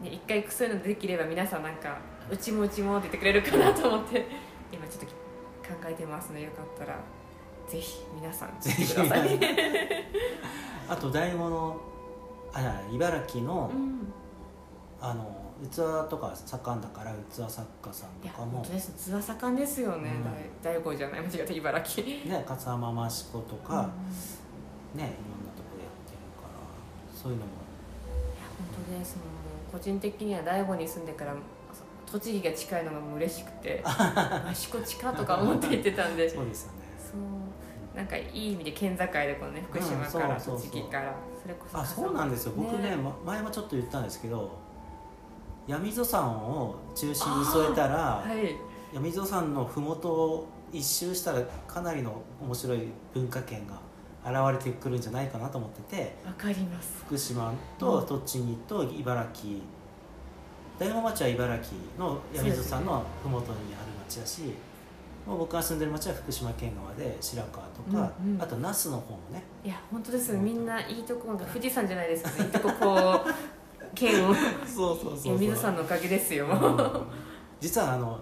Speaker 2: ね、一回そういうのできれば皆さんなんかうちもうちもって言ってくれるかなと思って 今ちょっと考えてますのでよかったらぜひ皆さん
Speaker 1: ぜ
Speaker 2: 聞い
Speaker 1: ひ
Speaker 2: てください、
Speaker 1: あと大悟のあじゃあ茨城の,、
Speaker 2: うん、
Speaker 1: あの器とか盛んだから器作家さん
Speaker 2: い
Speaker 1: と
Speaker 2: や
Speaker 1: か
Speaker 2: 本
Speaker 1: も
Speaker 2: 当です津田盛んですよね
Speaker 1: うん
Speaker 2: 大大悟じゃない間違った茨城
Speaker 1: ね笠間益子と
Speaker 2: うんい
Speaker 1: か、ねいろんなとこでやってるからそういうのも
Speaker 2: や本当ですもう個人的には大悟に住んでから栃木が近いのがもう嬉しく て益子近とか思って行ってたんで
Speaker 1: そうですよね
Speaker 2: そうなんかいい意味で県境でこのね
Speaker 1: う
Speaker 2: 福
Speaker 1: ん
Speaker 2: 島から
Speaker 1: そうそうそう
Speaker 2: 栃木からそれこそ
Speaker 1: あそうなんですよ僕ね
Speaker 2: ね
Speaker 1: ま前もちょっと言ったんですけど闇蔵山を中心に添えたら、
Speaker 2: はい
Speaker 1: 闇蔵山の麓を一周したらかなりの面白い文化圏が現れてくるんじゃないかなと思ってて
Speaker 2: わかります
Speaker 1: 福島と
Speaker 2: うん
Speaker 1: 栃木と茨城、大子町は茨城の闇蔵山の麓にある町だし、もう僕が住んでる町は福島県側で白川とか、
Speaker 2: うんうん
Speaker 1: あと那須の方もね
Speaker 2: いや本当ですよみんないいとこなんか富士山じゃないですか、ね、いいとここう県を
Speaker 1: そうそうそうそう
Speaker 2: 水さんのおかげですよ、
Speaker 1: うん実はあの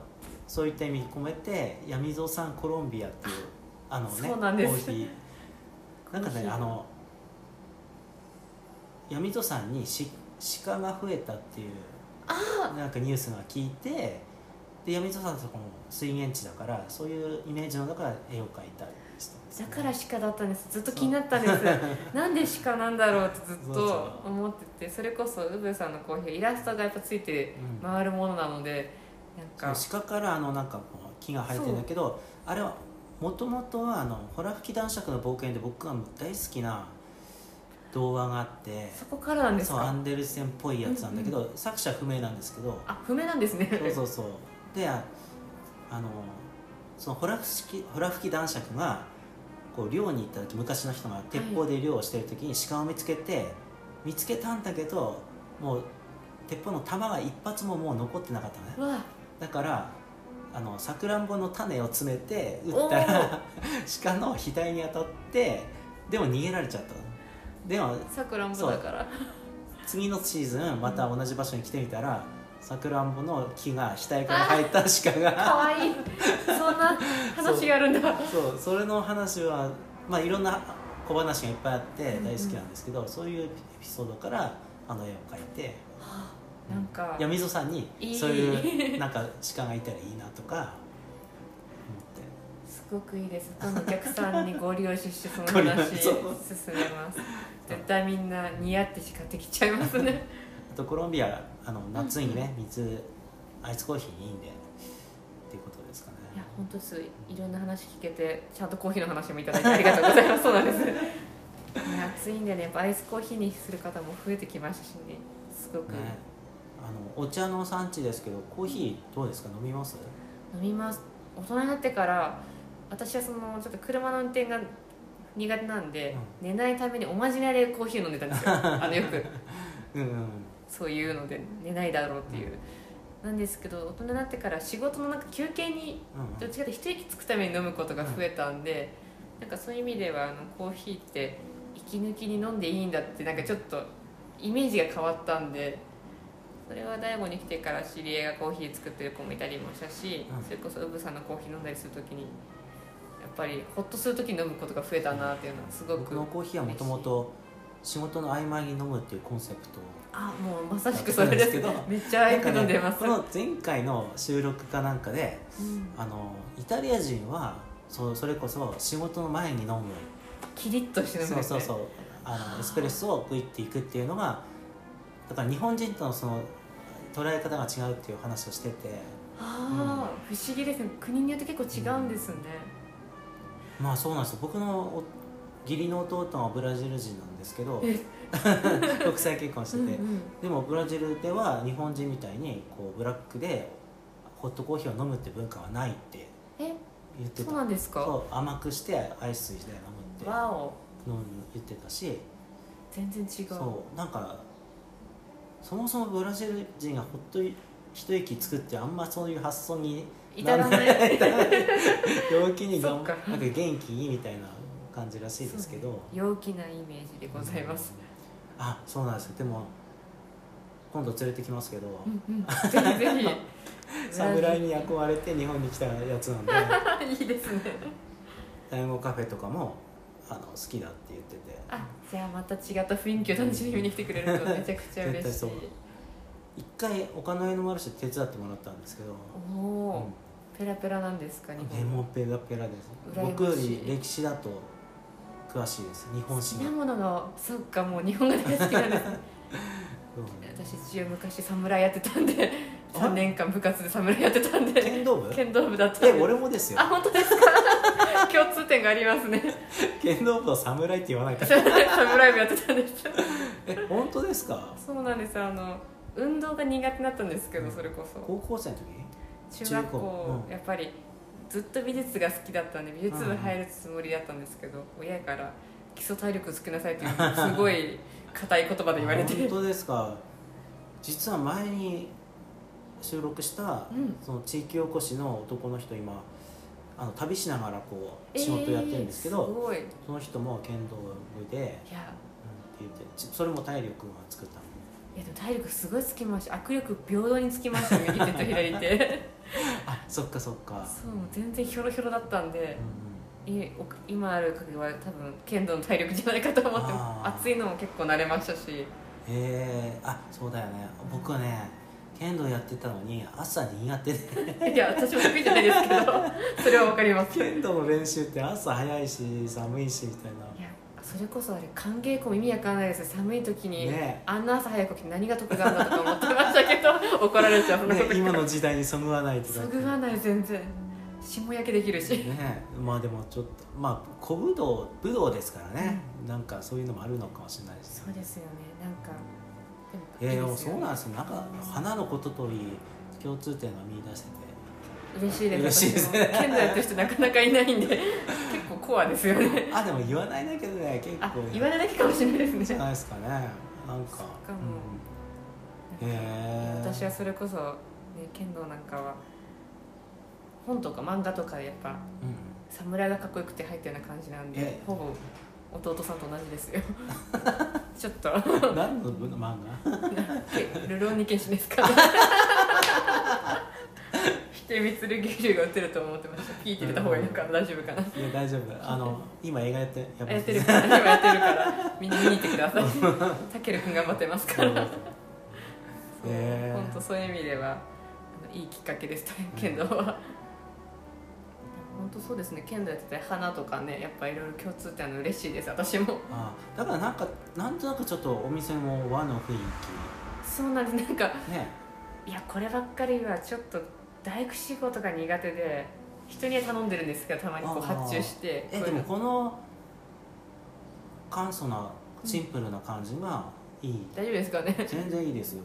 Speaker 1: そういった意味込めて闇蔵さんコロンビアっていうあのね
Speaker 2: そうなんです
Speaker 1: コーヒーなんか
Speaker 2: コーヒ
Speaker 1: ね
Speaker 2: ー
Speaker 1: あの闇蔵さんにし鹿が増えたっていうなんかニュースが聞いてで闇蔵さんのとこも水源地だからそういうイメージの中で絵を描いたりしたんです
Speaker 2: だ
Speaker 1: よね
Speaker 2: から鹿だったんですずっと気になった んですなんで鹿なんだろうってずっ
Speaker 1: そう
Speaker 2: と思っててそれこそウブさんのコーヒーイラストがやっぱついて
Speaker 1: うん
Speaker 2: 回るものなのでなんか
Speaker 1: そう鹿からあのなんかこう木が生えてるんだけどあれはもともとはあの「ほら吹き男爵の冒険」で僕が大好きな童話があって
Speaker 2: そこからなんです
Speaker 1: そうア
Speaker 2: か
Speaker 1: ンデルセンっぽいやつなんだけど、作者不明なんですけど
Speaker 2: あ不明なんですね
Speaker 1: そうそうそうでああのそのほら吹きほら吹き男爵がこう漁に行った時昔の人が鉄砲で漁をしてる時に鹿を見つけて、見つけたんだけどもう鉄砲の弾が一発ももう残ってなかったのね
Speaker 2: うわ
Speaker 1: だからあのさくらんぼの種を詰めて打ったら 鹿の額に当たってでも逃げられちゃったのでも
Speaker 2: さくらんぼだから
Speaker 1: 次のシーズンまた同じ場所に来てみたらさくらんぼの木が額から入った鹿
Speaker 2: か
Speaker 1: が
Speaker 2: わいいそんな話が あるんだ
Speaker 1: そうそれの話は、まあ、いろんな小話がいっぱいあって
Speaker 2: うんうん
Speaker 1: 大好きなんですけど、そういうエピソードからあの絵を描いて
Speaker 2: なんか
Speaker 1: 闇蔵さんに
Speaker 2: いい
Speaker 1: そういうなんか鹿がいたらいいなとか
Speaker 2: すごくいいですどんどんお客さんにご利用ししてその話
Speaker 1: ご利用し
Speaker 2: 進
Speaker 1: そう
Speaker 2: めます絶対みんな似合ってしかできちゃいますね
Speaker 1: あとコロンビアあの夏にね、水アイスコーヒーにいいんでっていうことですかね
Speaker 2: いや本当ですいろんな話聞けてちゃんとコーヒーの話もいただいてありがとうございますそうなん です、ね、暑いんでねやっぱアイスコーヒーにする方も増えてきましたしねすごく、
Speaker 1: ねあのお茶の産地ですけどコーヒーどうですか飲みます
Speaker 2: 飲みます大人になってから私はそのちょっと車の運転が苦手なんで、寝ないためにおまじないでコーヒー飲んでたん ですよあのよく
Speaker 1: うんうん
Speaker 2: そういうので寝ないだろうっていう、なんですけど大人になってから仕事のなんか休憩にどっちかっていうと一息つくために飲むことが増えたんで、なんかそういう意味ではあのコーヒーって息抜きに飲んでいいんだってなんかちょっとイメージが変わったんでそれは大悟に来てから知り合いがコーヒー作ってる子もいたりもしたし、
Speaker 1: うん
Speaker 2: それこそウブさんのコーヒー飲んだりするときにやっぱりホッとするときに飲むことが増えたなっていうのはすご
Speaker 1: 僕
Speaker 2: く
Speaker 1: のコーヒーはもともと仕事の合間に飲むっていうコンセプト
Speaker 2: あもうまさしくそれですけど
Speaker 1: なん
Speaker 2: めっちゃよく
Speaker 1: な
Speaker 2: 飲ん
Speaker 1: んか
Speaker 2: で
Speaker 1: ね
Speaker 2: ます、
Speaker 1: この前回の収録かなんかで
Speaker 2: うん
Speaker 1: あのイタリア人はそうそれこそ仕事の前に飲む
Speaker 2: キリッとして飲むん
Speaker 1: そう
Speaker 2: です
Speaker 1: そ
Speaker 2: ね
Speaker 1: うそうあのエスプレッソを食いっていくっていうのがだから日本人とのその捉え方が違うっていう話をしてて
Speaker 2: ああ、不思議ですね国によって結構違うんですね、
Speaker 1: まあそうなんですよ僕のお義理の弟はブラジル人なんですけど 国際結婚してて、
Speaker 2: うんうん
Speaker 1: でもブラジルでは日本人みたいにこうブラックでホットコーヒーを飲むって文化はないって
Speaker 2: え
Speaker 1: 言ってた
Speaker 2: そうなんですか
Speaker 1: そう甘くしてアイスで飲むって
Speaker 2: わお
Speaker 1: 飲む言ってたし
Speaker 2: 全然違う
Speaker 1: そうなんかそもそもブラジル人がほっと一息つくってあんまそういう発想に
Speaker 2: 至らない
Speaker 1: 陽気に頑
Speaker 2: そ
Speaker 1: 張
Speaker 2: っか
Speaker 1: なんか元気いいみたいな感じらしいですけど
Speaker 2: 陽気なイメージでございます、
Speaker 1: あそうなんですよでも今度連れてきますけど
Speaker 2: うんうん、ぜひぜひ
Speaker 1: 侍に憧れて日本に来たやつなんで
Speaker 2: いいですね
Speaker 1: 大悟カフェとかもあの好きだって言ってて
Speaker 2: あじゃあまた違った雰囲気を楽しみに来てくれ るとめちゃくちゃ
Speaker 1: 絶
Speaker 2: 嬉し
Speaker 1: 対
Speaker 2: い
Speaker 1: そう一回丘の上のマルシェ手伝ってもらったんですけど、
Speaker 2: おおー、ペラペラなんですか日
Speaker 1: レ
Speaker 2: 本
Speaker 1: モンペラペラです
Speaker 2: 羨ましい
Speaker 1: 僕より歴史だと詳しいです日本史が
Speaker 2: 品物のそっかもう日本が大好きなんです
Speaker 1: うん
Speaker 2: 私一応昔侍やってたんで
Speaker 1: あ
Speaker 2: 3年間部活で侍やってたんで
Speaker 1: 剣道部
Speaker 2: 剣道部だったん
Speaker 1: え
Speaker 2: で
Speaker 1: 俺もですよ
Speaker 2: あ本当ですか 共通点がありますね
Speaker 1: 剣道部は侍って言わないから
Speaker 2: 侍部やってたんです
Speaker 1: え本当ですか
Speaker 2: そうなんですあの運動が苦手だったんですけどそれこそ
Speaker 1: 高校生の時
Speaker 2: 中学校
Speaker 1: 中、うん
Speaker 2: やっぱりずっと美術が好きだったんで美術部入るつもりだったんですけど、親から基礎体力つけなさいっていうすごい硬い言葉で言われて
Speaker 1: 本当ですか実は前に収録した、
Speaker 2: うん
Speaker 1: その地域おこしの男の人今あの旅しながらこう
Speaker 2: えー
Speaker 1: 仕事やってるんですけど、
Speaker 2: すごいい
Speaker 1: その人も剣道部で、うん、って
Speaker 2: や
Speaker 1: 言ってちそれも体力が作ったの
Speaker 2: いやでも体力すごいつきました握力平等につきました右手と左手
Speaker 1: あそっかそっか、
Speaker 2: そうもう全然ひょろひょろだったんで
Speaker 1: うんうん、
Speaker 2: いお今ある限りは多分剣道の体力じゃないかと思って
Speaker 1: あー
Speaker 2: 熱いのも結構慣れましたし
Speaker 1: えー、あそうだよね僕はね剣道やってたのに朝苦手で
Speaker 2: いや私も得意じゃな いですけどそれは分かります
Speaker 1: 剣道の練習って朝早いし寒いしみたい
Speaker 2: いやそれこそあれ歓迎校も意味わかんないですよ寒い時に、
Speaker 1: ね
Speaker 2: あんな朝早く起きて何が得があんだとか思ってましたけ ど怒られちゃうそん
Speaker 1: な、
Speaker 2: なこ
Speaker 1: ね
Speaker 2: と、、
Speaker 1: 今の時代にそぐわないとかっ
Speaker 2: そ
Speaker 1: て
Speaker 2: ぐわない全然霜焼けできるし
Speaker 1: ねまあでもちょっとまあ小武道武道ですからね、なんかそういうのもあるのかもしれないです
Speaker 2: そうですよねなんか
Speaker 1: いやいやそうなん
Speaker 2: ん
Speaker 1: ですよなんか花のことといい共通点が見出してて
Speaker 2: 嬉しいです
Speaker 1: 嬉しいです
Speaker 2: 私も剣道やってる人なかなかいないんで結構コアですよね
Speaker 1: あでも言わないだけどね 結
Speaker 2: あ
Speaker 1: 構
Speaker 2: 言わないだけかもしれないですね
Speaker 1: じゃないですかねなんか
Speaker 2: っかも
Speaker 1: うんへえ
Speaker 2: 私はそれこそ、ね、剣道なんかは本とか漫画とかでやっぱ
Speaker 1: うん
Speaker 2: 侍がかっこよくて入ったような感じなんで、
Speaker 1: ええ
Speaker 2: ほぼ弟さんと同じですよ ちょっと
Speaker 1: 何の漫画
Speaker 2: ルローニケシですかね否定みつる牛乳が売ってると思ってました聞いてた方がいいのかな大丈夫かない
Speaker 1: や大丈夫あの今映画やってやばい
Speaker 2: やってるから今やってるからみんな見に行ってく ださいたけるくん頑張ってますか
Speaker 1: そう
Speaker 2: ら
Speaker 1: ええ
Speaker 2: 本当そういう意味ではあのいいきっかけでした剣道は本当そうですね剣道やってて花とかねやっぱいろいろ共通点あるの嬉しいです私も
Speaker 1: あだからなんかなんとなくちょっとお店も和の雰囲
Speaker 2: そうなんですなんか
Speaker 1: 気ね
Speaker 2: いやこればっかりはちょっと大工仕事が苦手で人には頼んでるんですけどたまにこう
Speaker 1: あー
Speaker 2: 発注して
Speaker 1: え
Speaker 2: こう
Speaker 1: で
Speaker 2: いうの
Speaker 1: もこの簡素なシンプルな感じがいい
Speaker 2: 大丈夫ですかね
Speaker 1: 全然いいですよ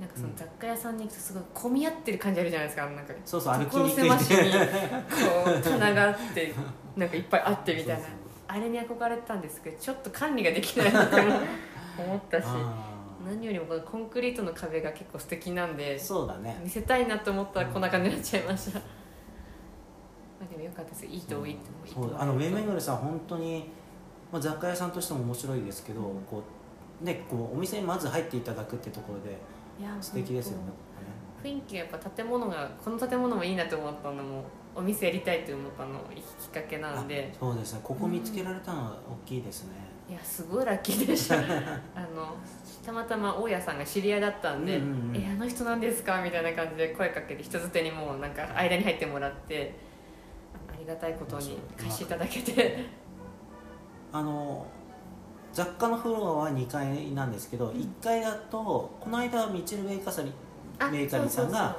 Speaker 2: なんかその雑貨屋さんに行くとすごい混み合ってる感じあるじゃないですかあのなんか
Speaker 1: そう そう歩き
Speaker 2: 所
Speaker 1: にくい
Speaker 2: 狭しに
Speaker 1: ね
Speaker 2: こう棚があってなんかいっぱいあってみたいな
Speaker 1: そうそう
Speaker 2: あれに憧れてたんですけどちょっと管理ができないなっても思ったし
Speaker 1: あー
Speaker 2: 何よりもこのコンクリートの壁が結構素敵なんで
Speaker 1: そうだね
Speaker 2: 見せたいなと思ったらこんな感じになっちゃいました、まあでもよかったですいいといいといいと
Speaker 1: そうあのウェメグルさん本当にまあ雑貨屋さんとしても面白いですけどこうねこうお店にまず入っていただくってところで
Speaker 2: いや
Speaker 1: 素敵ですよね
Speaker 2: 本当雰囲気がやっぱ建物がこの建物もいいなと思ったのもお店やりたいと思ったのもきっかけな
Speaker 1: あ
Speaker 2: んで
Speaker 1: そうですねここ見つけられたのは大きいですね
Speaker 2: いやすごいラッキーでし たあのたまたま大家さんが知り合いだったんで「
Speaker 1: うんうんうん
Speaker 2: えあの人なんですか?」みたいな感じで声かけて人づてにもうなんか間に入ってもらってありがたいことに貸していただけて
Speaker 1: あの雑貨のフロアは2階なんですけど、1階だとこの間ミッチェル・ベイカサリ
Speaker 2: あ
Speaker 1: メーカリーさんが
Speaker 2: そう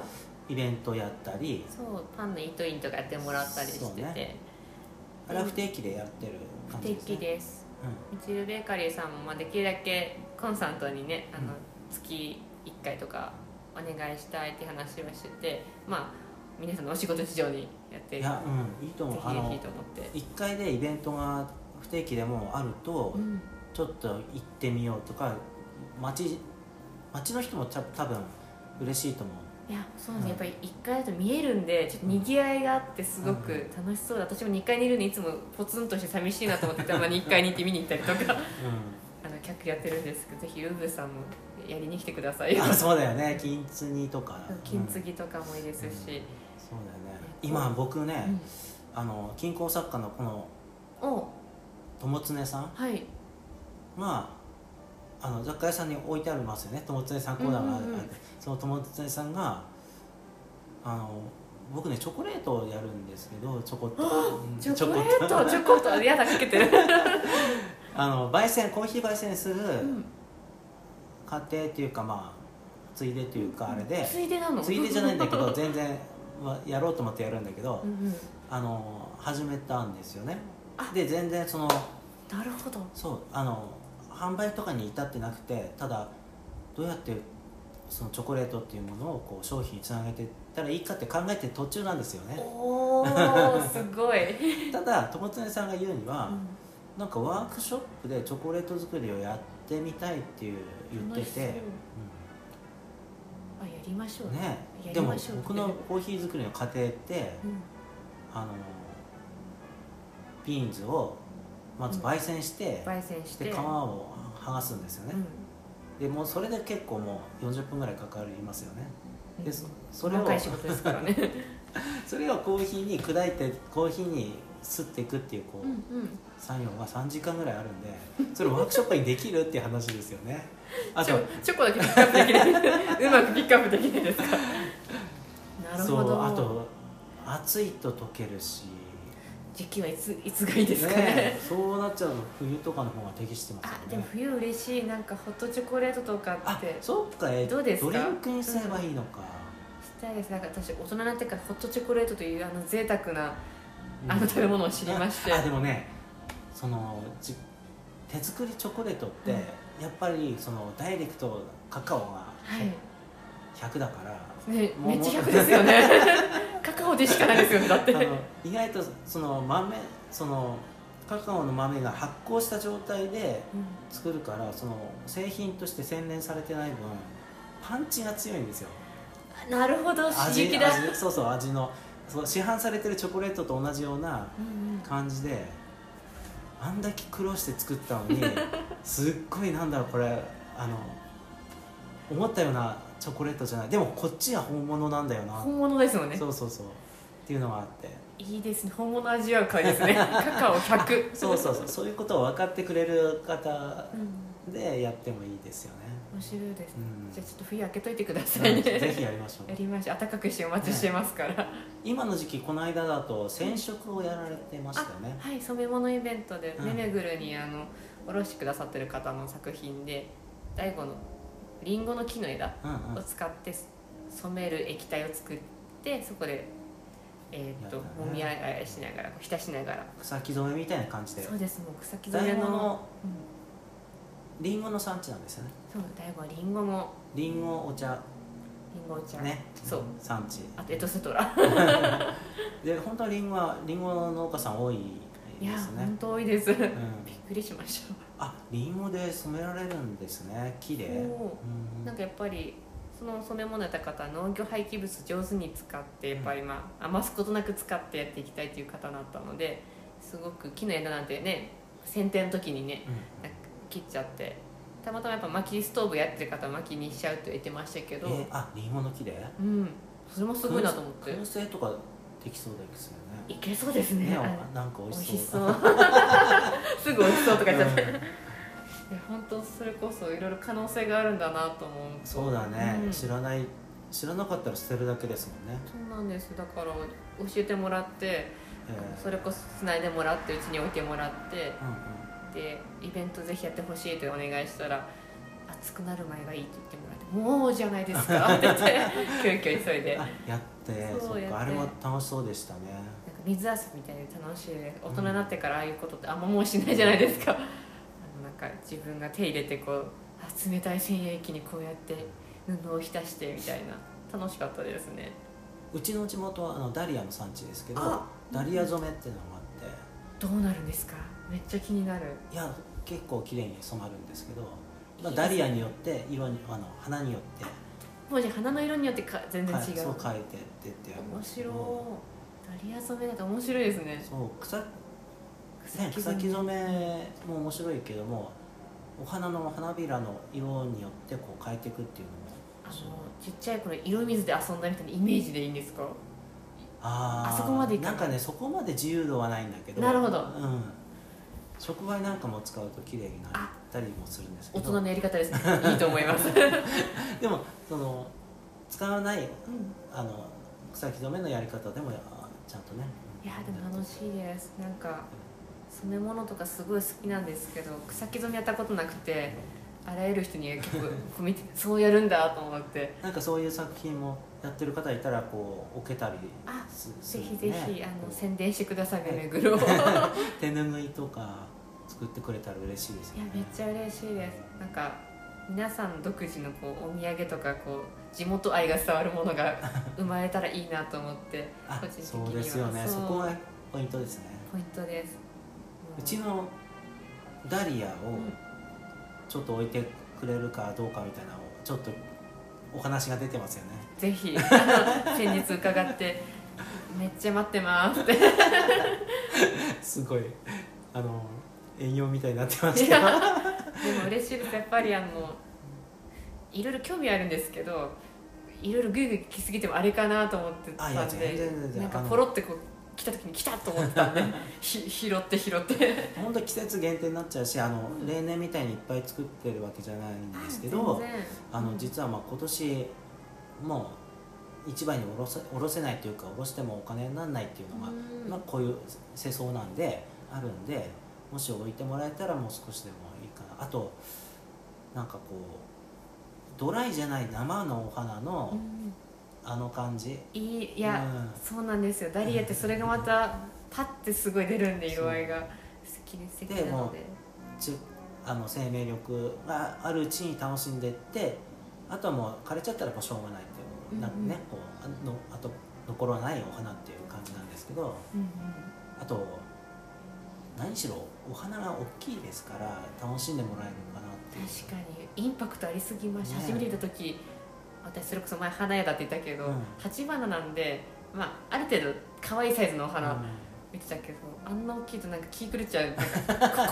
Speaker 1: イベントやったり
Speaker 2: そうそうそうパンのイートインとかやってもらったりして
Speaker 1: そう
Speaker 2: て、
Speaker 1: ねあれは不定期でやってる感
Speaker 2: 不
Speaker 1: じ
Speaker 2: 定
Speaker 1: です、ね、
Speaker 2: 期ですミチルベーカリーさんもまあできるだけコンサートにねあの
Speaker 1: うん
Speaker 2: 月1回とかお願いしたいって話はしててまあ皆さんのお仕事事情にやっ
Speaker 1: う
Speaker 2: て
Speaker 1: ん、い
Speaker 2: ぜ
Speaker 1: やうんいいと
Speaker 2: ひ
Speaker 1: 思
Speaker 2: ぜ
Speaker 1: うあ
Speaker 2: ひと思
Speaker 1: の
Speaker 2: って。
Speaker 1: 1階でイベントが不定期でもあると、
Speaker 2: うん
Speaker 1: ちょっと行ってみようとか街街の人もた多分嬉しいと思う
Speaker 2: いやそうなんですねやっぱり1階だと見えるんでちょっとにぎわいがあってすごく楽しそうで私も2階にいるんでいつもポツンとして寂しいなと思ってたまに1階に行って見に行ったりとか あの客やってるんですけどぜひウブさんもやりに来てくださいよ
Speaker 1: あそうだよね金継ぎとか
Speaker 2: 金
Speaker 1: うん
Speaker 2: 継ぎとかもいいですし、
Speaker 1: そうだよね今僕ね、
Speaker 2: うん
Speaker 1: あの金工作家のこの
Speaker 2: お
Speaker 1: 友常さん
Speaker 2: はい
Speaker 1: まああの雑貨屋さんに置いてありますよね友常さんコーナーがある、
Speaker 2: うんうんうん
Speaker 1: その友常さんがあの僕ねチョコレートをやるんですけどチョコットうん
Speaker 2: チョコレ
Speaker 1: チ
Speaker 2: ー
Speaker 1: ョコッ
Speaker 2: トチョコとやだかけてる、
Speaker 1: あの焙煎コーヒー焙煎する
Speaker 2: うん
Speaker 1: 過程っていうかまあついでというかあれで、
Speaker 2: ついでなの
Speaker 1: ついでじゃないんだけど全然はやろうと思ってやるんだけど、
Speaker 2: うんうん
Speaker 1: あの始めたんですよね
Speaker 2: あ
Speaker 1: で全然その
Speaker 2: なるほど
Speaker 1: そうあの販売とかに至ってなくてただどうやってそのチョコレートっていうものをこう商品につなげていったらいいかって考えてる途中なんですよね
Speaker 2: おおすごい、
Speaker 1: ただ友常さんが言うには、
Speaker 2: う
Speaker 1: なんかワークショップでチョコレート作りをやってみたいっていう言ってて、
Speaker 2: 楽しそうあやりましょ
Speaker 1: う
Speaker 2: うん
Speaker 1: ね
Speaker 2: や
Speaker 1: で
Speaker 2: り
Speaker 1: も
Speaker 2: ましょう
Speaker 1: 僕のコーヒー作りの過程って
Speaker 2: うん
Speaker 1: あのビーンズをまず焙煎して、
Speaker 2: 焙煎して
Speaker 1: で皮を剥がすんですよね、でもうそれで結構もう40分ぐらいかかりますよね
Speaker 2: うん、
Speaker 1: でそそれを
Speaker 2: 細かい仕事ですからね
Speaker 1: それをコーヒーに砕いてコーヒーにすっていくっていうこう、
Speaker 2: うんうん
Speaker 1: 作業が3時間ぐらいあるんでそれワークショップにできるっていう話ですよ ねあ
Speaker 2: チ
Speaker 1: と
Speaker 2: ョチョコだけピックアップできないうまくピックアップできないですかなる
Speaker 1: そ
Speaker 2: ほ
Speaker 1: う
Speaker 2: ど
Speaker 1: あと暑いと溶けるし
Speaker 2: 時期はいついつがいいですかね
Speaker 1: ねえそうなっちゃうと冬とかの方が適してますよ
Speaker 2: あ
Speaker 1: ね
Speaker 2: でも冬嬉しいなんかホットチョコレートとか
Speaker 1: あ
Speaker 2: ってし
Speaker 1: そっかえ
Speaker 2: どうですか
Speaker 1: ドリンクにすればいいのか、
Speaker 2: たいですなんか私大人になってからホットチョコレートというあの贅沢な
Speaker 1: うん
Speaker 2: あの食べ物を知りまして
Speaker 1: あでもねそのじ手作りチョコレートって、
Speaker 2: うん
Speaker 1: やっぱりそのダイレクトカカオが
Speaker 2: はい
Speaker 1: 100だから、
Speaker 2: ね
Speaker 1: もう
Speaker 2: めっちゃ100ですよね カカオでしかないですよねだって
Speaker 1: あの意外とその豆そのカカオの豆が発酵した状態で
Speaker 2: うん
Speaker 1: 作るからその製品として洗練されてない分パンチが強いんですよ
Speaker 2: なるほど刺激だ
Speaker 1: 味そうそう味のそう市販されてるチョコレートと同じような
Speaker 2: うんうん
Speaker 1: 感じであんだけ苦労して作ったの にすっごいなんだろうこれあの思ったようなチョコレートじゃないでもこっちは本物なんだよな、
Speaker 2: 本物ですよね
Speaker 1: そうそうそうっていうのがあって
Speaker 2: いいですね本物味わう会です ねカカオ100
Speaker 1: そうそうそうそういうことを分かってくれる方
Speaker 2: うん
Speaker 1: でやってもいいですよね、
Speaker 2: 面白いで
Speaker 1: う
Speaker 2: すね
Speaker 1: ん、
Speaker 2: じゃあちょっと冬開けといてくださいね
Speaker 1: ぜひやりましょ
Speaker 2: や
Speaker 1: う
Speaker 2: りましょう暖かくしてお待ちしてますから、
Speaker 1: 今の時期この間だと染色をやられてましたよね
Speaker 2: はい染め物イベントで
Speaker 1: うん
Speaker 2: めめぐるにあのおろしてくださってる方の作品で大悟のリンゴの木の枝
Speaker 1: うんうん
Speaker 2: を使って染める液体を作ってそこでえーっと
Speaker 1: や
Speaker 2: も
Speaker 1: だね
Speaker 2: みあいしながらこう浸しながら
Speaker 1: 草木染めみたいな感じで
Speaker 2: そうですもう草木染
Speaker 1: 大
Speaker 2: め
Speaker 1: 悟
Speaker 2: の、
Speaker 1: の
Speaker 2: うん、
Speaker 1: りんごの産地なんですよね
Speaker 2: そう大悟はリンゴも
Speaker 1: りんごお茶
Speaker 2: リンゴ茶、
Speaker 1: ね
Speaker 2: そう
Speaker 1: 産地
Speaker 2: あとエトセトラ
Speaker 1: で本当はりんごはりんごの農家さん多い
Speaker 2: い
Speaker 1: で
Speaker 2: や
Speaker 1: すね
Speaker 2: 本当多いですびっ
Speaker 1: うん
Speaker 2: くりしました
Speaker 1: ありんごで染められるんですね木で
Speaker 2: お
Speaker 1: うん
Speaker 2: なんかやっぱりその染め物やった方は農業廃棄物上手に使ってやっぱりまあ余すことなく使ってやっていきたいという方だったのですごく木の枝なんてね剪定の時にね
Speaker 1: うん
Speaker 2: なんか切っちゃってたまたまやっぱ薪ストーブやってる方は薪にしちゃうって言ってましたけ
Speaker 1: え
Speaker 2: ど、
Speaker 1: ーありんごの木で
Speaker 2: うんそれもすごいなと思って
Speaker 1: 燻製とかできそうですよね
Speaker 2: いけそうですね
Speaker 1: ね
Speaker 2: あ
Speaker 1: おなんか美
Speaker 2: 美
Speaker 1: 味
Speaker 2: 味
Speaker 1: し
Speaker 2: し
Speaker 1: そ
Speaker 2: そうう すぐ美味しそうとか言っちゃって、
Speaker 1: うん
Speaker 2: いや本当それこそいろいろ可能性があるんだなと思う
Speaker 1: そうだね、
Speaker 2: うん
Speaker 1: 知らない知らなかったら捨てるだけですもんね、
Speaker 2: そうなんですだから教えてもらって
Speaker 1: えー
Speaker 2: それこそつないでもらってうちに置いてもらって
Speaker 1: うんうん
Speaker 2: でイベントぜひやってほしいとお願いしたら暑くなる前がいいと言ってもらって「もうじゃないですか」って言って 急遽急いでなん
Speaker 1: あ
Speaker 2: か
Speaker 1: やって
Speaker 2: そう
Speaker 1: そっ
Speaker 2: やって
Speaker 1: かあれも楽しそうでしたね
Speaker 2: 水遊びみたいで楽しいです大人になってからああいうことってあんまもうしないじゃないですかあのなんか自分が手入れてこうあ冷たい洗液にこうやって布を浸してみたいな楽しかったですね
Speaker 1: うちの地元はあのダリアの産地ですけど
Speaker 2: あ
Speaker 1: ダリア染めっていうのがあっ
Speaker 2: どうなるんですかめっちゃ気になる
Speaker 1: ていや結構綺麗に染まるんですけど、まあ、ダリアによって色にあの花によって
Speaker 2: 文字花の色によってか全然違
Speaker 1: か
Speaker 2: う
Speaker 1: そう
Speaker 2: 面
Speaker 1: 書いてってってやるんですけ
Speaker 2: 白い
Speaker 1: ど
Speaker 2: ダリア染めだと面白いですね
Speaker 1: そう草,、ね、草木染めも面白いけどもお花の花びらの色によってこう変えていくっていうのも
Speaker 2: あのちっちゃい頃色水で遊んだみたいなイメージでいいんですか
Speaker 1: あー
Speaker 2: あそこまでいか
Speaker 1: な
Speaker 2: ない
Speaker 1: んかねそこまで自由度はないんだけど
Speaker 2: なるほど
Speaker 1: うん、触媒なんかも使うと綺麗になったりもするんですけ
Speaker 2: 大
Speaker 1: ど
Speaker 2: 人のやり方ですねいいと思い ます、
Speaker 1: でもその使わない
Speaker 2: うん
Speaker 1: あの草木染めのやり方でもあちゃんとね
Speaker 2: いやでも楽しいですなんか染め物とかすごい好きなんですけど草木染めやったことなくてあらゆる人に結構こう見て そうやるんだと思って
Speaker 1: なんかそういう作品もやってる方いたらこう置けたり
Speaker 2: あ
Speaker 1: すす
Speaker 2: ぜ
Speaker 1: る
Speaker 2: ひ
Speaker 1: ね
Speaker 2: ぜひ、あ
Speaker 1: こ
Speaker 2: の
Speaker 1: う
Speaker 2: 宣伝してくださいめめぐ ろいや
Speaker 1: 手ぬぐいとか作ってくれたら嬉しいですよね
Speaker 2: めっちゃ嬉しいですなんか皆さん独自のこうお土産とかこう地元愛が伝わるものが生まれたらいいなと思って
Speaker 1: あ
Speaker 2: 個人的には
Speaker 1: そうですよね
Speaker 2: そ
Speaker 1: そうこがポイントですね
Speaker 2: ポイントです
Speaker 1: うちのダリア
Speaker 2: う
Speaker 1: を
Speaker 2: ん
Speaker 1: ちょっと置いてくれるかどうかみたいなのをちょっとお話が出てますよね
Speaker 2: ぜひあの先日伺ってめっちゃ待ってますって
Speaker 1: すごいあの遠用みたいになってますけど
Speaker 2: でも嬉しいですやっぱりあのいろいろ興味あるんですけどいろいろグイグイ来すぎてもあれかなと思ってた
Speaker 1: あいや
Speaker 2: ん
Speaker 1: 全然
Speaker 2: で
Speaker 1: 全然
Speaker 2: なんか
Speaker 1: あの
Speaker 2: ポロってこう来た時に来たと思っ てたんでひ拾って拾って
Speaker 1: 本当季節限定になっちゃうしあの例年みたいにいっぱい作ってるわけじゃないんですけど
Speaker 2: 全然
Speaker 1: あの実はまあ今年もう市場におろせおろせないというかおろしてもお金にならないっていうのが、
Speaker 2: うん
Speaker 1: まあ、こういう世相なんであるんでもし置いてもらえたらもう少しでもいいかなあとなんかこうドライじゃない生のお花
Speaker 2: う
Speaker 1: の
Speaker 2: ん
Speaker 1: あの感じ、
Speaker 2: いいいや、
Speaker 1: うん
Speaker 2: そうなんですよダリアってそれがまたパッてすごい出るんで色合いが好きで素敵なので
Speaker 1: でちあの生命力があるうちに楽しんでってあとはもう枯れちゃったらもうしょうがないっていうなんかね、こうあのあと残らないお花っていう感じなんですけど
Speaker 2: うんうん
Speaker 1: あと何しろお花が大きいですから楽しんでもらえるかなっていう
Speaker 2: 確かにインパクトありすぎました、
Speaker 1: ね
Speaker 2: 初めて見た時私それこそ前花屋だって言ったけど、
Speaker 1: うん
Speaker 2: 鉢花なんで、まあ、ある程度可愛いサイズのお
Speaker 1: う
Speaker 2: 花
Speaker 1: ん
Speaker 2: 見てたけど、あんな大きいとなんか気狂っちゃう こ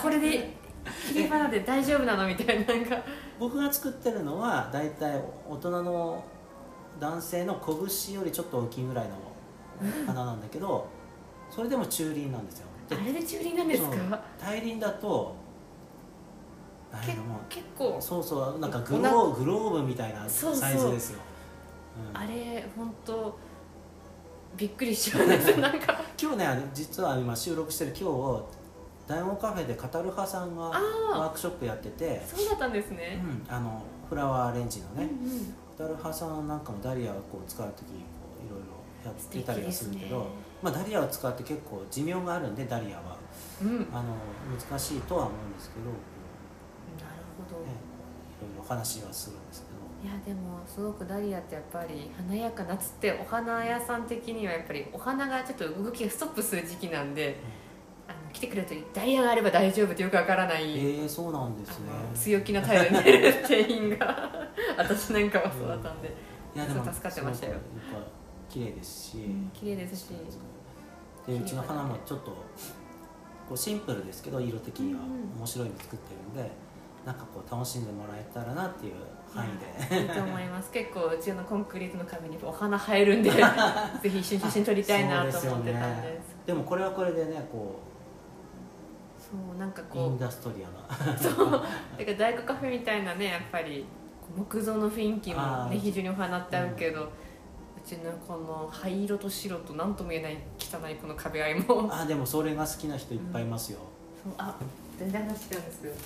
Speaker 2: これで切り花で大丈夫なのみたいなな んか
Speaker 1: 僕が作ってるのは大体大人の男性の拳よりちょっと大きいぐらいの花なんだけどそれでも中輪なんですよ
Speaker 2: あ
Speaker 1: で
Speaker 2: れで中輪なんです
Speaker 1: そう
Speaker 2: か
Speaker 1: 大輪だとあれ
Speaker 2: け
Speaker 1: でも
Speaker 2: 結構
Speaker 1: そうそうなんかグローグローブみたいな
Speaker 2: そうそう
Speaker 1: サイズですようん
Speaker 2: あれ本当びっくりしちゃう んですよなんか
Speaker 1: 今日ねあの実は今収録してる今日を大門カフェでカタルハさんがワ
Speaker 2: あー
Speaker 1: ークショップやってて
Speaker 2: そうだったんです
Speaker 1: う
Speaker 2: ね、
Speaker 1: ん、あのフラワーアレンジの
Speaker 2: うん
Speaker 1: ね、
Speaker 2: うん
Speaker 1: カタルハさんなんかもダリアをこう使う時にこういろいろやっ
Speaker 2: 素
Speaker 1: て
Speaker 2: 敵
Speaker 1: たり
Speaker 2: で
Speaker 1: はす
Speaker 2: す
Speaker 1: るけ
Speaker 2: ね
Speaker 1: ど、まあ、ダリアを使って結構寿命があるんでダリアは
Speaker 2: うんなる
Speaker 1: あの難しいとは思うんですけど、こ
Speaker 2: ほど、
Speaker 1: うね、いろいろお話はするんですけど。
Speaker 2: いやでもすごくダリアってやっぱり華やか夏ってお花屋さん的にはやっぱりお花がちょっと動きがストップする時期なんで、あの来てくれるとダリアがあれば大丈夫ってよくわからない、
Speaker 1: えー、そうなんですね
Speaker 2: あの強気な態度に出る店員が 私なんかはそうだったんで、
Speaker 1: いや
Speaker 2: そう助かってました
Speaker 1: すごくや
Speaker 2: よ
Speaker 1: っぱ綺麗ですし、
Speaker 2: うん綺麗ですし
Speaker 1: でうちの花もちょっとこうシンプルですけど色的には
Speaker 2: うんうん
Speaker 1: 面白いの作ってるんで、なんかこう楽しんでもらえたらなっていう範囲で、
Speaker 2: いいと思います結構うちのコンクリートの壁にお花生える んでぜひ一緒に写真撮りたいなと思ってたん
Speaker 1: そうですよ
Speaker 2: で
Speaker 1: ね
Speaker 2: す
Speaker 1: でもこれはこれでねこ
Speaker 2: そうなんか
Speaker 1: うイ
Speaker 2: こ
Speaker 1: ン
Speaker 2: う
Speaker 1: ダストリアな
Speaker 2: だから大工カフェみたいなねやっぱり木造の雰囲気も
Speaker 1: あ
Speaker 2: ね
Speaker 1: ー
Speaker 2: 非常にお花ってあるけど、うちのこの灰色と白と何とも言えない汚いこの壁合いもそう
Speaker 1: あでもそれが好きな人いっぱいいますよ、
Speaker 2: あ全然話してるんですけどこ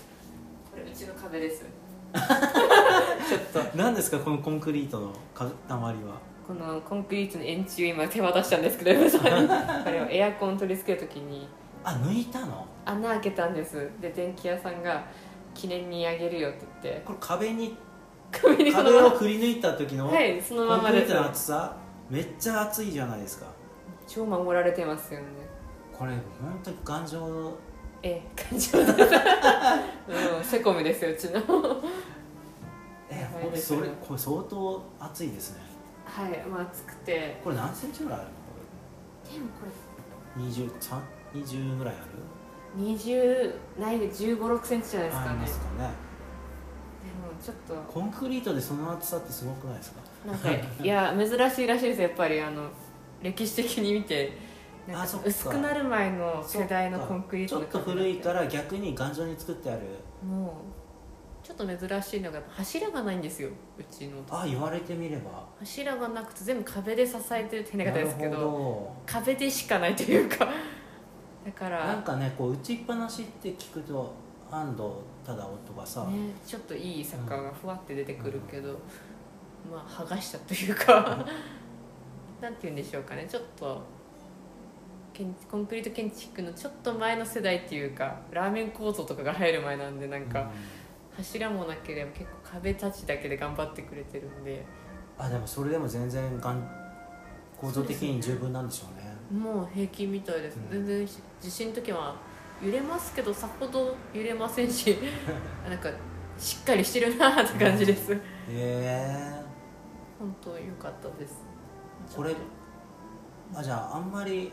Speaker 2: れうちの壁です
Speaker 1: 何ですかこのコンクリートの塊は
Speaker 2: このコンクリートの円柱今手渡したんですけど皆さんにこれをエアコン取り付ける時に
Speaker 1: あ抜いたの
Speaker 2: 穴開けたんですで電気屋さんが記念にあげるよって言って
Speaker 1: これ壁に
Speaker 2: 壁にその
Speaker 1: 壁
Speaker 2: ま
Speaker 1: をくり抜いた時
Speaker 2: ま
Speaker 1: のコン
Speaker 2: はいそのま
Speaker 1: ク
Speaker 2: ま
Speaker 1: リ
Speaker 2: で
Speaker 1: ー
Speaker 2: す
Speaker 1: トの厚さめっちゃ厚いじゃないですか
Speaker 2: 超守られてますよね
Speaker 1: これ本当に頑丈
Speaker 2: ええ感じはうん、セコムですようちの
Speaker 1: え
Speaker 2: やばいい
Speaker 1: これ
Speaker 2: です
Speaker 1: そ
Speaker 2: よ
Speaker 1: れ
Speaker 2: ね
Speaker 1: これ相当熱いですね
Speaker 2: はいまあ暑くてで
Speaker 1: これ何センチぐらいある
Speaker 2: もこ
Speaker 1: の2 0 20ぐらいある
Speaker 2: れ20ないで1 5 6センチじゃないです
Speaker 1: あ
Speaker 2: か
Speaker 1: り
Speaker 2: ね
Speaker 1: ま
Speaker 2: ですも
Speaker 1: かね
Speaker 2: ちょっと
Speaker 1: コンクリートでその厚さってすごくないですか
Speaker 2: なんかいや珍しいらしいですやっぱりあの歴史的に見てなん
Speaker 1: あそ
Speaker 2: か
Speaker 1: っか
Speaker 2: 薄くなる前の世代のコンクリート
Speaker 1: ちょ
Speaker 2: の
Speaker 1: っと古いからら逆に頑丈に作ってある
Speaker 2: もうちょっと珍しいのがやっぱ柱がないんですようちの
Speaker 1: あ言われてみれば
Speaker 2: 柱がなくて全部壁で支えてるって言い方ですけど
Speaker 1: なるほ
Speaker 2: 壁でしかないというかだか
Speaker 1: ど
Speaker 2: ら
Speaker 1: なんかねこう打ちっぱなしって聞くと安藤忠夫とかさ、
Speaker 2: ね、ちょっといいサッカーがふわって出てくるけど、まあ剥がしたというかなんて言うんでしょうかねちょっと建コンクリート建築のちょっと前の世代っていうかラーメン構造とかが入る前なんでなん
Speaker 1: う
Speaker 2: か柱もなければ結構壁たちだけで頑張ってくれてるんで
Speaker 1: あでもそれでも全然がん構造的に十分なんでしょうね
Speaker 2: もう平気みたいです、
Speaker 1: うん
Speaker 2: 全然地震の時は揺れますけどさほど揺れませ んしなんかしっかりしてるなって感じです
Speaker 1: へ
Speaker 2: 本当良かったです
Speaker 1: これえあじゃああんまり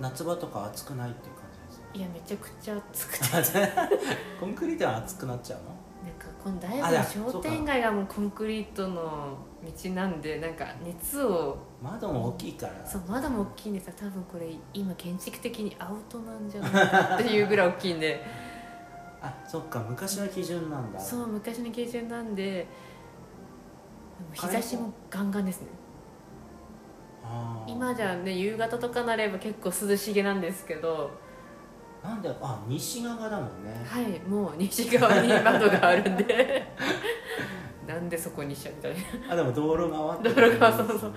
Speaker 1: 夏場とか暑くないっていう感じ
Speaker 2: いやめちゃくちゃ暑くてなんか
Speaker 1: ですねコンクリートは暑くなっちゃうの
Speaker 2: この大
Speaker 1: あだ
Speaker 2: 悟の商店街がもうコンクリートの道なんでなんか熱を
Speaker 1: 窓も大きいから
Speaker 2: そう窓も大きいんですが多分これ今建築的にアウトなんじゃないかっていうぐらい大きいんで
Speaker 1: あそっか昔の基準なんだ
Speaker 2: そう昔の基準なんででも日差しもガンガンですね
Speaker 1: あー
Speaker 2: 今じゃね夕方とかなれば結構涼しげなんですけど
Speaker 1: なんであ西側だもんね
Speaker 2: はいもう西側に窓があるんでなんでそこにしちゃみたいな
Speaker 1: あでも道路側って
Speaker 2: 道路側そうそう
Speaker 1: へ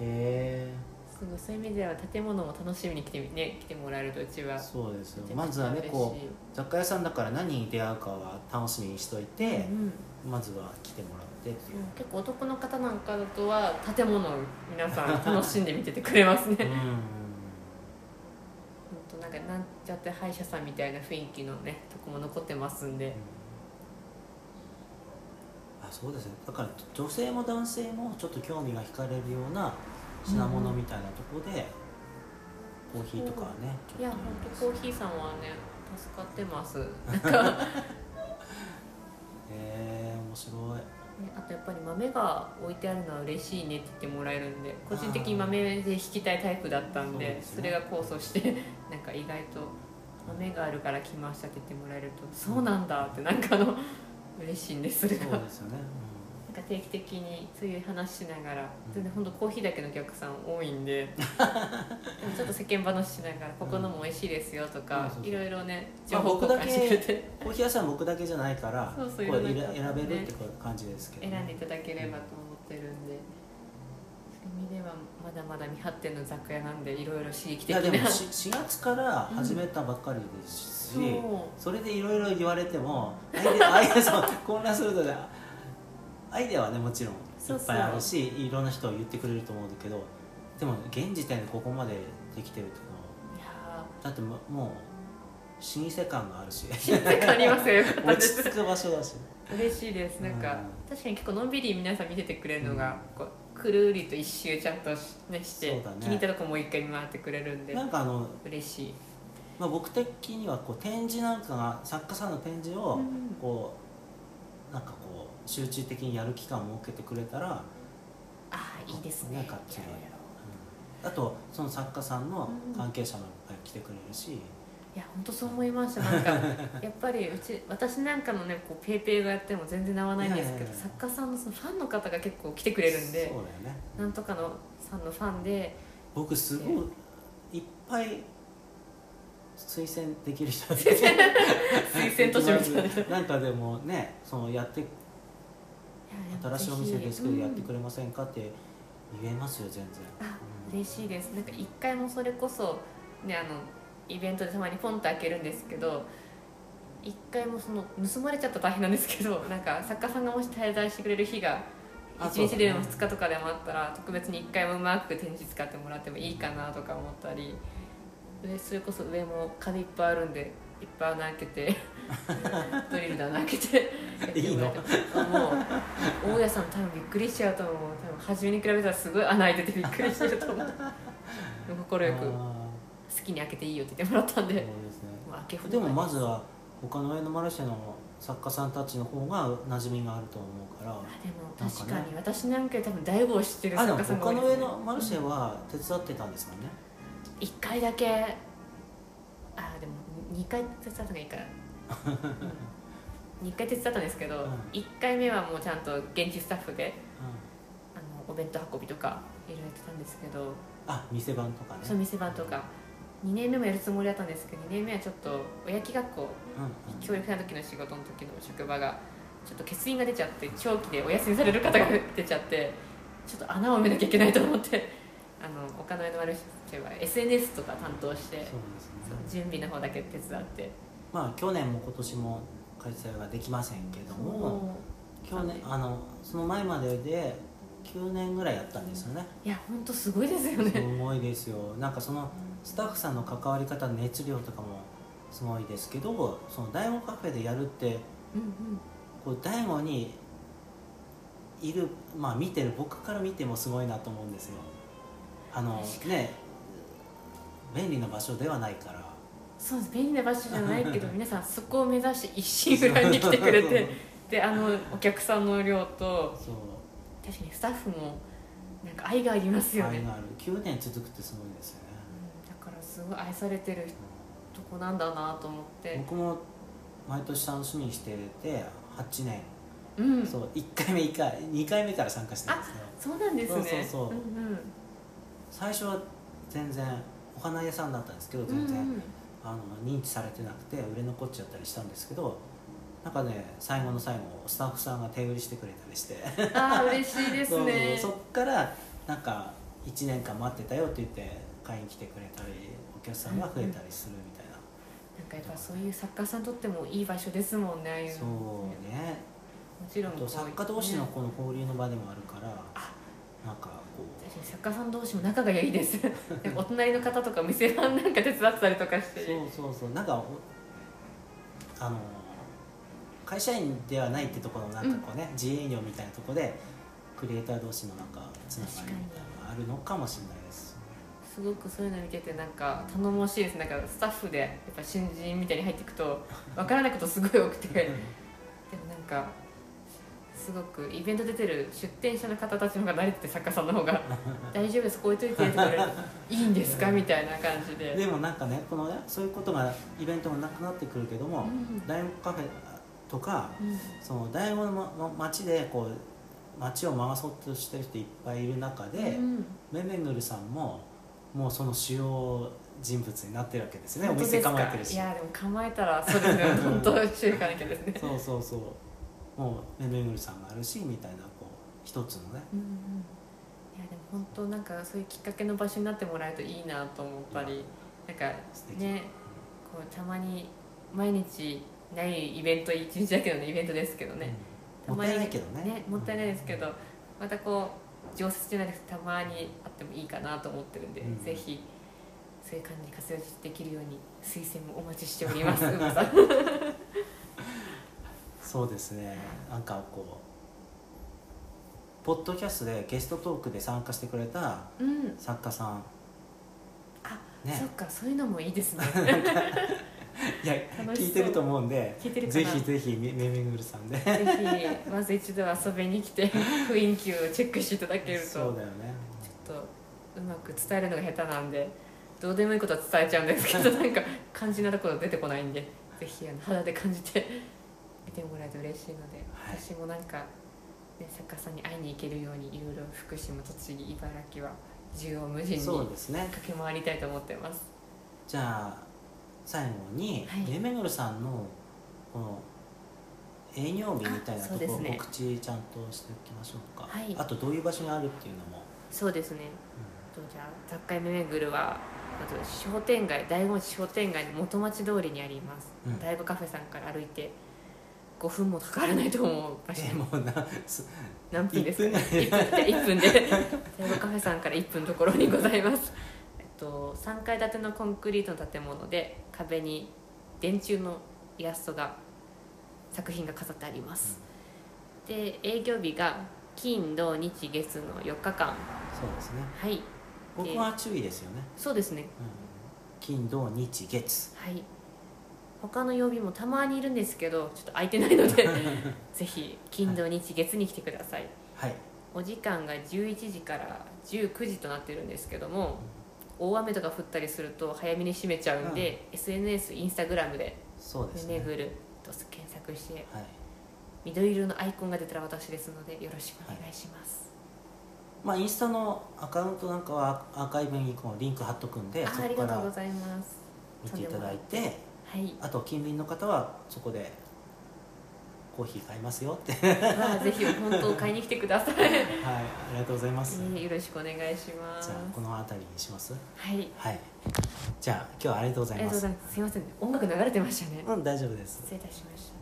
Speaker 1: え
Speaker 2: すごいそういう意味では建物も楽しみに来てみね来てもらえるとうちは
Speaker 1: そうですよまずはねこ
Speaker 2: う
Speaker 1: う雑貨屋さんだから何に出会うかは楽しみにしといて、
Speaker 2: ん、
Speaker 1: まずは来てもらってっていう、
Speaker 2: 結構男の方なんかだとは建物を皆さん楽しんで見ててくれますね
Speaker 1: う
Speaker 2: 本
Speaker 1: ん
Speaker 2: 当なんかなんちゃって歯医者さんみたいな雰囲気のねとこも残ってますんで
Speaker 1: あそうですねだから女性も男性もちょっと興味が惹かれるような品物みたいなとこで、コーヒーとかはね
Speaker 2: い
Speaker 1: ちょ
Speaker 2: や
Speaker 1: っと
Speaker 2: 本当コーヒーさんはね助かってます、ね、
Speaker 1: へえ面白い
Speaker 2: あとやっぱり豆が置いてあるのは嬉しいねって言ってもらえるんで個人的に豆で引きたいタイプだった
Speaker 1: そう
Speaker 2: んで
Speaker 1: ですね
Speaker 2: それが構想して なんか意外と豆があるから来ましたって言ってもらえるとそうなんだってなんかあの嬉しいんですそれが
Speaker 1: そうですよね、
Speaker 2: なんか定期的にそういう話しながら
Speaker 1: うん
Speaker 2: 全然本当コーヒーだけのお客さん多い んででもちょっと世間話しながらここのも美味しいですよと
Speaker 1: うんそ
Speaker 2: か
Speaker 1: うそうそう
Speaker 2: いろいろね情
Speaker 1: まあ
Speaker 2: 報交換してくれて
Speaker 1: うんコーヒー屋さん僕だけじゃないから
Speaker 2: そうそう
Speaker 1: こう
Speaker 2: いろん
Speaker 1: 選
Speaker 2: な方
Speaker 1: 選べるっ
Speaker 2: ね
Speaker 1: てこう感じですけどね、
Speaker 2: 選んでいただければと思ってるんでそういう意味ではまだまだ未発展の雑貨屋なんでいろいろ刺激
Speaker 1: い
Speaker 2: 的
Speaker 1: や
Speaker 2: な
Speaker 1: でもし4月から始めたばっかりですし、
Speaker 2: そう
Speaker 1: それでいろいろ言われてもアイデア アイデアそう混乱するのでアイデアはねもちろん
Speaker 2: そ
Speaker 1: いうっ
Speaker 2: そう
Speaker 1: ぱいあるしいろんな人を言ってくれると思うんだけどでも現時点でここまでできてるっていうのはい
Speaker 2: や
Speaker 1: だってももう老舗感があるし
Speaker 2: ー世界ありますよよかった
Speaker 1: 落ち
Speaker 2: です
Speaker 1: 着く場所だし
Speaker 2: 嬉しいですなんか、確かに結構のんびり皆さん見ててくれるのが、こうくるりと一周ちゃんとし,、ね、して、
Speaker 1: そうだね
Speaker 2: 気に入ったとこもう一回見回ってくれるんで
Speaker 1: なんかあの、
Speaker 2: 嬉しい、
Speaker 1: まあ、僕的にはこう展示なんかが作家さんの展示を、
Speaker 2: うん
Speaker 1: こうなんかこう集中的にやる期間を設けてくれたら、
Speaker 2: ああいいですね
Speaker 1: なんか違う
Speaker 2: いやいや
Speaker 1: うんあとその作家さんの関係者もいっぱい来てくれるし、
Speaker 2: いや本当そう思いましたなん かやっぱりうち私なんかのねこうペイペイがやっても全然合わないんです
Speaker 1: いやい
Speaker 2: け
Speaker 1: やい
Speaker 2: ど
Speaker 1: や
Speaker 2: 作家さんのそのファンの方が結構来てくれるんで
Speaker 1: そうだよね
Speaker 2: なんとかのさんのファ ンで
Speaker 1: 僕すごいいっぱい推薦できる人推
Speaker 2: 推薦図書みたいな
Speaker 1: なんかでもねそのやって新しいお店ですけどやってくれませんかって言えますよ全然
Speaker 2: あ
Speaker 1: うん
Speaker 2: 嬉しいですなんか一回もそれこそねあのイベントでたまにポンと開けるんですけど一回もその盗まれちゃったら大変なんですけど なんか作家さんがもし滞在してくれる日が
Speaker 1: あ
Speaker 2: 1日でも
Speaker 1: そうだね
Speaker 2: 2日とかでもあったら特別に1回もうまく展示使ってもらってもいいかなとか思ったりでそれこそ上も壁いっぱいあるんでいっぱい穴開け てドリルで穴開けてやってもらってあもう大家さん多分びっくりしちゃうと思う多分初めに比べたらすごい穴開いててびっくりしてると思う快く好
Speaker 1: あ
Speaker 2: きに開けていいよって言ってもらったん
Speaker 1: ーそう
Speaker 2: で
Speaker 1: ですね
Speaker 2: まあ開け放題
Speaker 1: でもまずは他のエノマルシェの作家さんたちの方が馴染みがあると思うから
Speaker 2: あでも確かに私なんかより多分大悟を知ってる
Speaker 1: あで
Speaker 2: 作
Speaker 1: も
Speaker 2: 家さんが多
Speaker 1: 他の
Speaker 2: いですね
Speaker 1: エノマルシェは手伝ってたんですもんね
Speaker 2: 一回だけあでも二回手伝ったのがいい から、うん、2回手伝ったんですけど、
Speaker 1: うん
Speaker 2: 一1回目はもうちゃんと現地スタッフであのお弁当運びとかいろいろやってたんですけど
Speaker 1: あ店番とかね
Speaker 2: その店番とか2年目もやるつもりだったんですけど2年目はちょっと親木学校
Speaker 1: うんうん
Speaker 2: 教育な時の仕事の時の職場がちょっと欠員が出ちゃって長期でお休みされる方が出ちゃってちょっと穴を埋めなきゃいけないと思って あのお金のある人は SNS とか担当し
Speaker 1: そう
Speaker 2: て
Speaker 1: です
Speaker 2: そう
Speaker 1: ね
Speaker 2: 準備の方だけ手伝って
Speaker 1: まあ去年も今年も開催はできませんけども去年あのその前までで9年ぐらいやったんですよね
Speaker 2: いや本当すごいですよ
Speaker 1: す
Speaker 2: ね
Speaker 1: ごいですよなんかそのスタッフさんの関わり方熱量とかもすごいですけどその大悟カフェでやるって
Speaker 2: うんうん
Speaker 1: こう大悟にいるまあ見てる僕から見てもすごいなと思うんですよあの
Speaker 2: 確か
Speaker 1: ね便利な場所ではない から
Speaker 2: そうです便利な場所じゃないけど皆さんそこを目指して一心不乱に来てくれてであのお客さんの量 と
Speaker 1: そう
Speaker 2: 確かにスタッフもなんか愛がありますよ
Speaker 1: 愛
Speaker 2: ねうん
Speaker 1: がある9年続くってすごいですよね、
Speaker 2: だからすごい愛されてるとこなんだなと思って
Speaker 1: 僕も毎年楽しみにしてて8年、
Speaker 2: うん
Speaker 1: そう1回目1回2回目から参加してるんですけど
Speaker 2: そうなんですね
Speaker 1: そうそうそうん
Speaker 2: ん
Speaker 1: 最初は全然お花屋さんだったんですけど
Speaker 2: うん
Speaker 1: 全然、
Speaker 2: うん
Speaker 1: あの認知されてなくて売れ残っちゃったりしたんですけどなんかね最後の最後スタッフさんが手売りしてくれたりして
Speaker 2: ああ嬉しいですね
Speaker 1: そうそっからなんか1年間待ってたよって言って買いに来てくれたりお客さんが増えたりするみたいな、
Speaker 2: なんかやっぱそういう作家さんにとってもいい場所ですもんねああいう
Speaker 1: そ
Speaker 2: も
Speaker 1: うね
Speaker 2: ちろ
Speaker 1: あ
Speaker 2: んことう
Speaker 1: 作家同士の
Speaker 2: ね
Speaker 1: この交流の場でもあるからなんかこう
Speaker 2: 確かに作家さん同士も仲がいいです なんかお隣の方とかお店番なんか手伝ってたりとかして
Speaker 1: そうそうそうなんかおあの会社員ではないってところのなんかこうね、自営業みたいなところでクリエイター同士のなんかつながりみたいなのがあるのかもしれないです
Speaker 2: すごくそういうの見ててなんか頼もしいですなんかスタッフでやっぱ新人みたいに入っていくとわからないことすごい多くてでもなんかすごくイベント出てる出店者の方たちの方が慣れてて作家さんの 方が「大丈夫ですこう置いといて」って言われる「いいんですか?」みたいな感じで。
Speaker 1: でもなんかねこのねそういうことがイベントもなくなってくるけども、
Speaker 2: うん
Speaker 1: 大悟カフェとか
Speaker 2: うん
Speaker 1: その大悟のま、ま、街でこう街を回そうとしてる人いっぱいいる中で、
Speaker 2: うん
Speaker 1: メメングルさんももうその主要人物になってるわけですねお
Speaker 2: 本当です
Speaker 1: 店
Speaker 2: か
Speaker 1: 構えてるし
Speaker 2: いやでも構えたらそうですね本当注意かなきゃですね
Speaker 1: そうそうそうもうメメングルさんがあるしみたいなこう一つのね
Speaker 2: うんうんいやでも本当なんかそういうきっかけの場所になってもらえるといいなと思ったりなんか
Speaker 1: 素敵
Speaker 2: ねこうたまに毎日ないイベント一日だけどねイベントですけどね、
Speaker 1: うん
Speaker 2: た
Speaker 1: も
Speaker 2: ま
Speaker 1: っ
Speaker 2: に
Speaker 1: たいないけどね
Speaker 2: もったいないですけど、またこう常設じゃなくてたまにあってもいいかなと思ってるんで、
Speaker 1: うん
Speaker 2: ぜひそういう感じに活用できるように推薦もお待ちしてお りますうぶさん
Speaker 1: そうですねなんかこうポッドキャストでゲストトークで参加してくれた
Speaker 2: うん
Speaker 1: 作家さん
Speaker 2: あ、
Speaker 1: ね
Speaker 2: そっかそういうのもいいですね
Speaker 1: いや
Speaker 2: 楽し
Speaker 1: 聞
Speaker 2: そう
Speaker 1: いてると思うんで
Speaker 2: 聞いてるかな
Speaker 1: ぜひぜひメメングルさんで
Speaker 2: ぜひまず一度遊びに来 て雰囲気をチェックしていただけるとち
Speaker 1: そ
Speaker 2: ょ
Speaker 1: うだよね
Speaker 2: っとうまく伝えるのが下手なんでどうでもいいことは伝えちゃうんですけどなんか肝心なところ出てこないんでぜひあの肌で感じて 見てもらえると嬉しいので、
Speaker 1: はい
Speaker 2: 私もなんか、ね、作家さんに会いに行けるようにいろいろ福島栃木茨城は縦横無尽に
Speaker 1: そう
Speaker 2: 駆
Speaker 1: ですね
Speaker 2: け回りたいと思ってます。
Speaker 1: じゃあ最後に、
Speaker 2: はい
Speaker 1: メメグルさんのこの営業日みたいな
Speaker 2: あ
Speaker 1: と
Speaker 2: そ
Speaker 1: こ
Speaker 2: うで
Speaker 1: ろを
Speaker 2: すね
Speaker 1: 告知ちゃんとしておきましょうか、
Speaker 2: はい
Speaker 1: あとどういう場所にあるっていうのも、
Speaker 2: そうですねとじゃあ雑貨屋めめぐるはまず商店街醍醐町商店街の元町通りにあります、
Speaker 1: うん
Speaker 2: だいぶカフェさんから歩いて5分もかからないと思う場所
Speaker 1: えもうなす
Speaker 2: 何分ですかね
Speaker 1: 一
Speaker 2: 1分 ,1 分でだいぶカフェさんから1分のところにございますえっと3階建てのコンクリートの建物で壁に電柱のイラストが作品が飾ってあります、で営業日が金土日月の4日間
Speaker 1: そうですね
Speaker 2: はい
Speaker 1: 僕は注意ですよね、
Speaker 2: そうですね
Speaker 1: うん、金土日月
Speaker 2: はい他の曜日もたまにいるんですけどちょっと空いてないの でぜひ金土日月に来てください
Speaker 1: はい
Speaker 2: お時間が11時から19時となってるんですけども大雨とか降ったりすると早めに閉めちゃうんで、SNS インスタグラムで
Speaker 1: そう
Speaker 2: 「
Speaker 1: です
Speaker 2: め
Speaker 1: ね
Speaker 2: ぐる」と検索して
Speaker 1: はい
Speaker 2: 緑色のアイコンが出たら私ですのでよろしくお願いします、
Speaker 1: まあインスタのアカウントなんかはアーカイブにこうリンク貼っとくんで
Speaker 2: あ
Speaker 1: そ
Speaker 2: ーあり
Speaker 1: こか
Speaker 2: がとうご
Speaker 1: ら
Speaker 2: ざいます
Speaker 1: 見ていただい
Speaker 2: とんでもな
Speaker 1: て
Speaker 2: はい
Speaker 1: あと近隣の方はそこでコーヒー買いますよってはい
Speaker 2: まあぜひ本当買いに来てください、 え
Speaker 1: ありがとうございます、
Speaker 2: ーよろしくお願いしま
Speaker 1: じ
Speaker 2: す
Speaker 1: ゃあこの辺りにします
Speaker 2: はい
Speaker 1: はいじゃあ今日はありがとうご
Speaker 2: あ
Speaker 1: ざ
Speaker 2: り
Speaker 1: いま
Speaker 2: がとうご
Speaker 1: す
Speaker 2: ざいますすいませんね音楽流れてましたね
Speaker 1: うん大丈夫です
Speaker 2: 失礼いたしました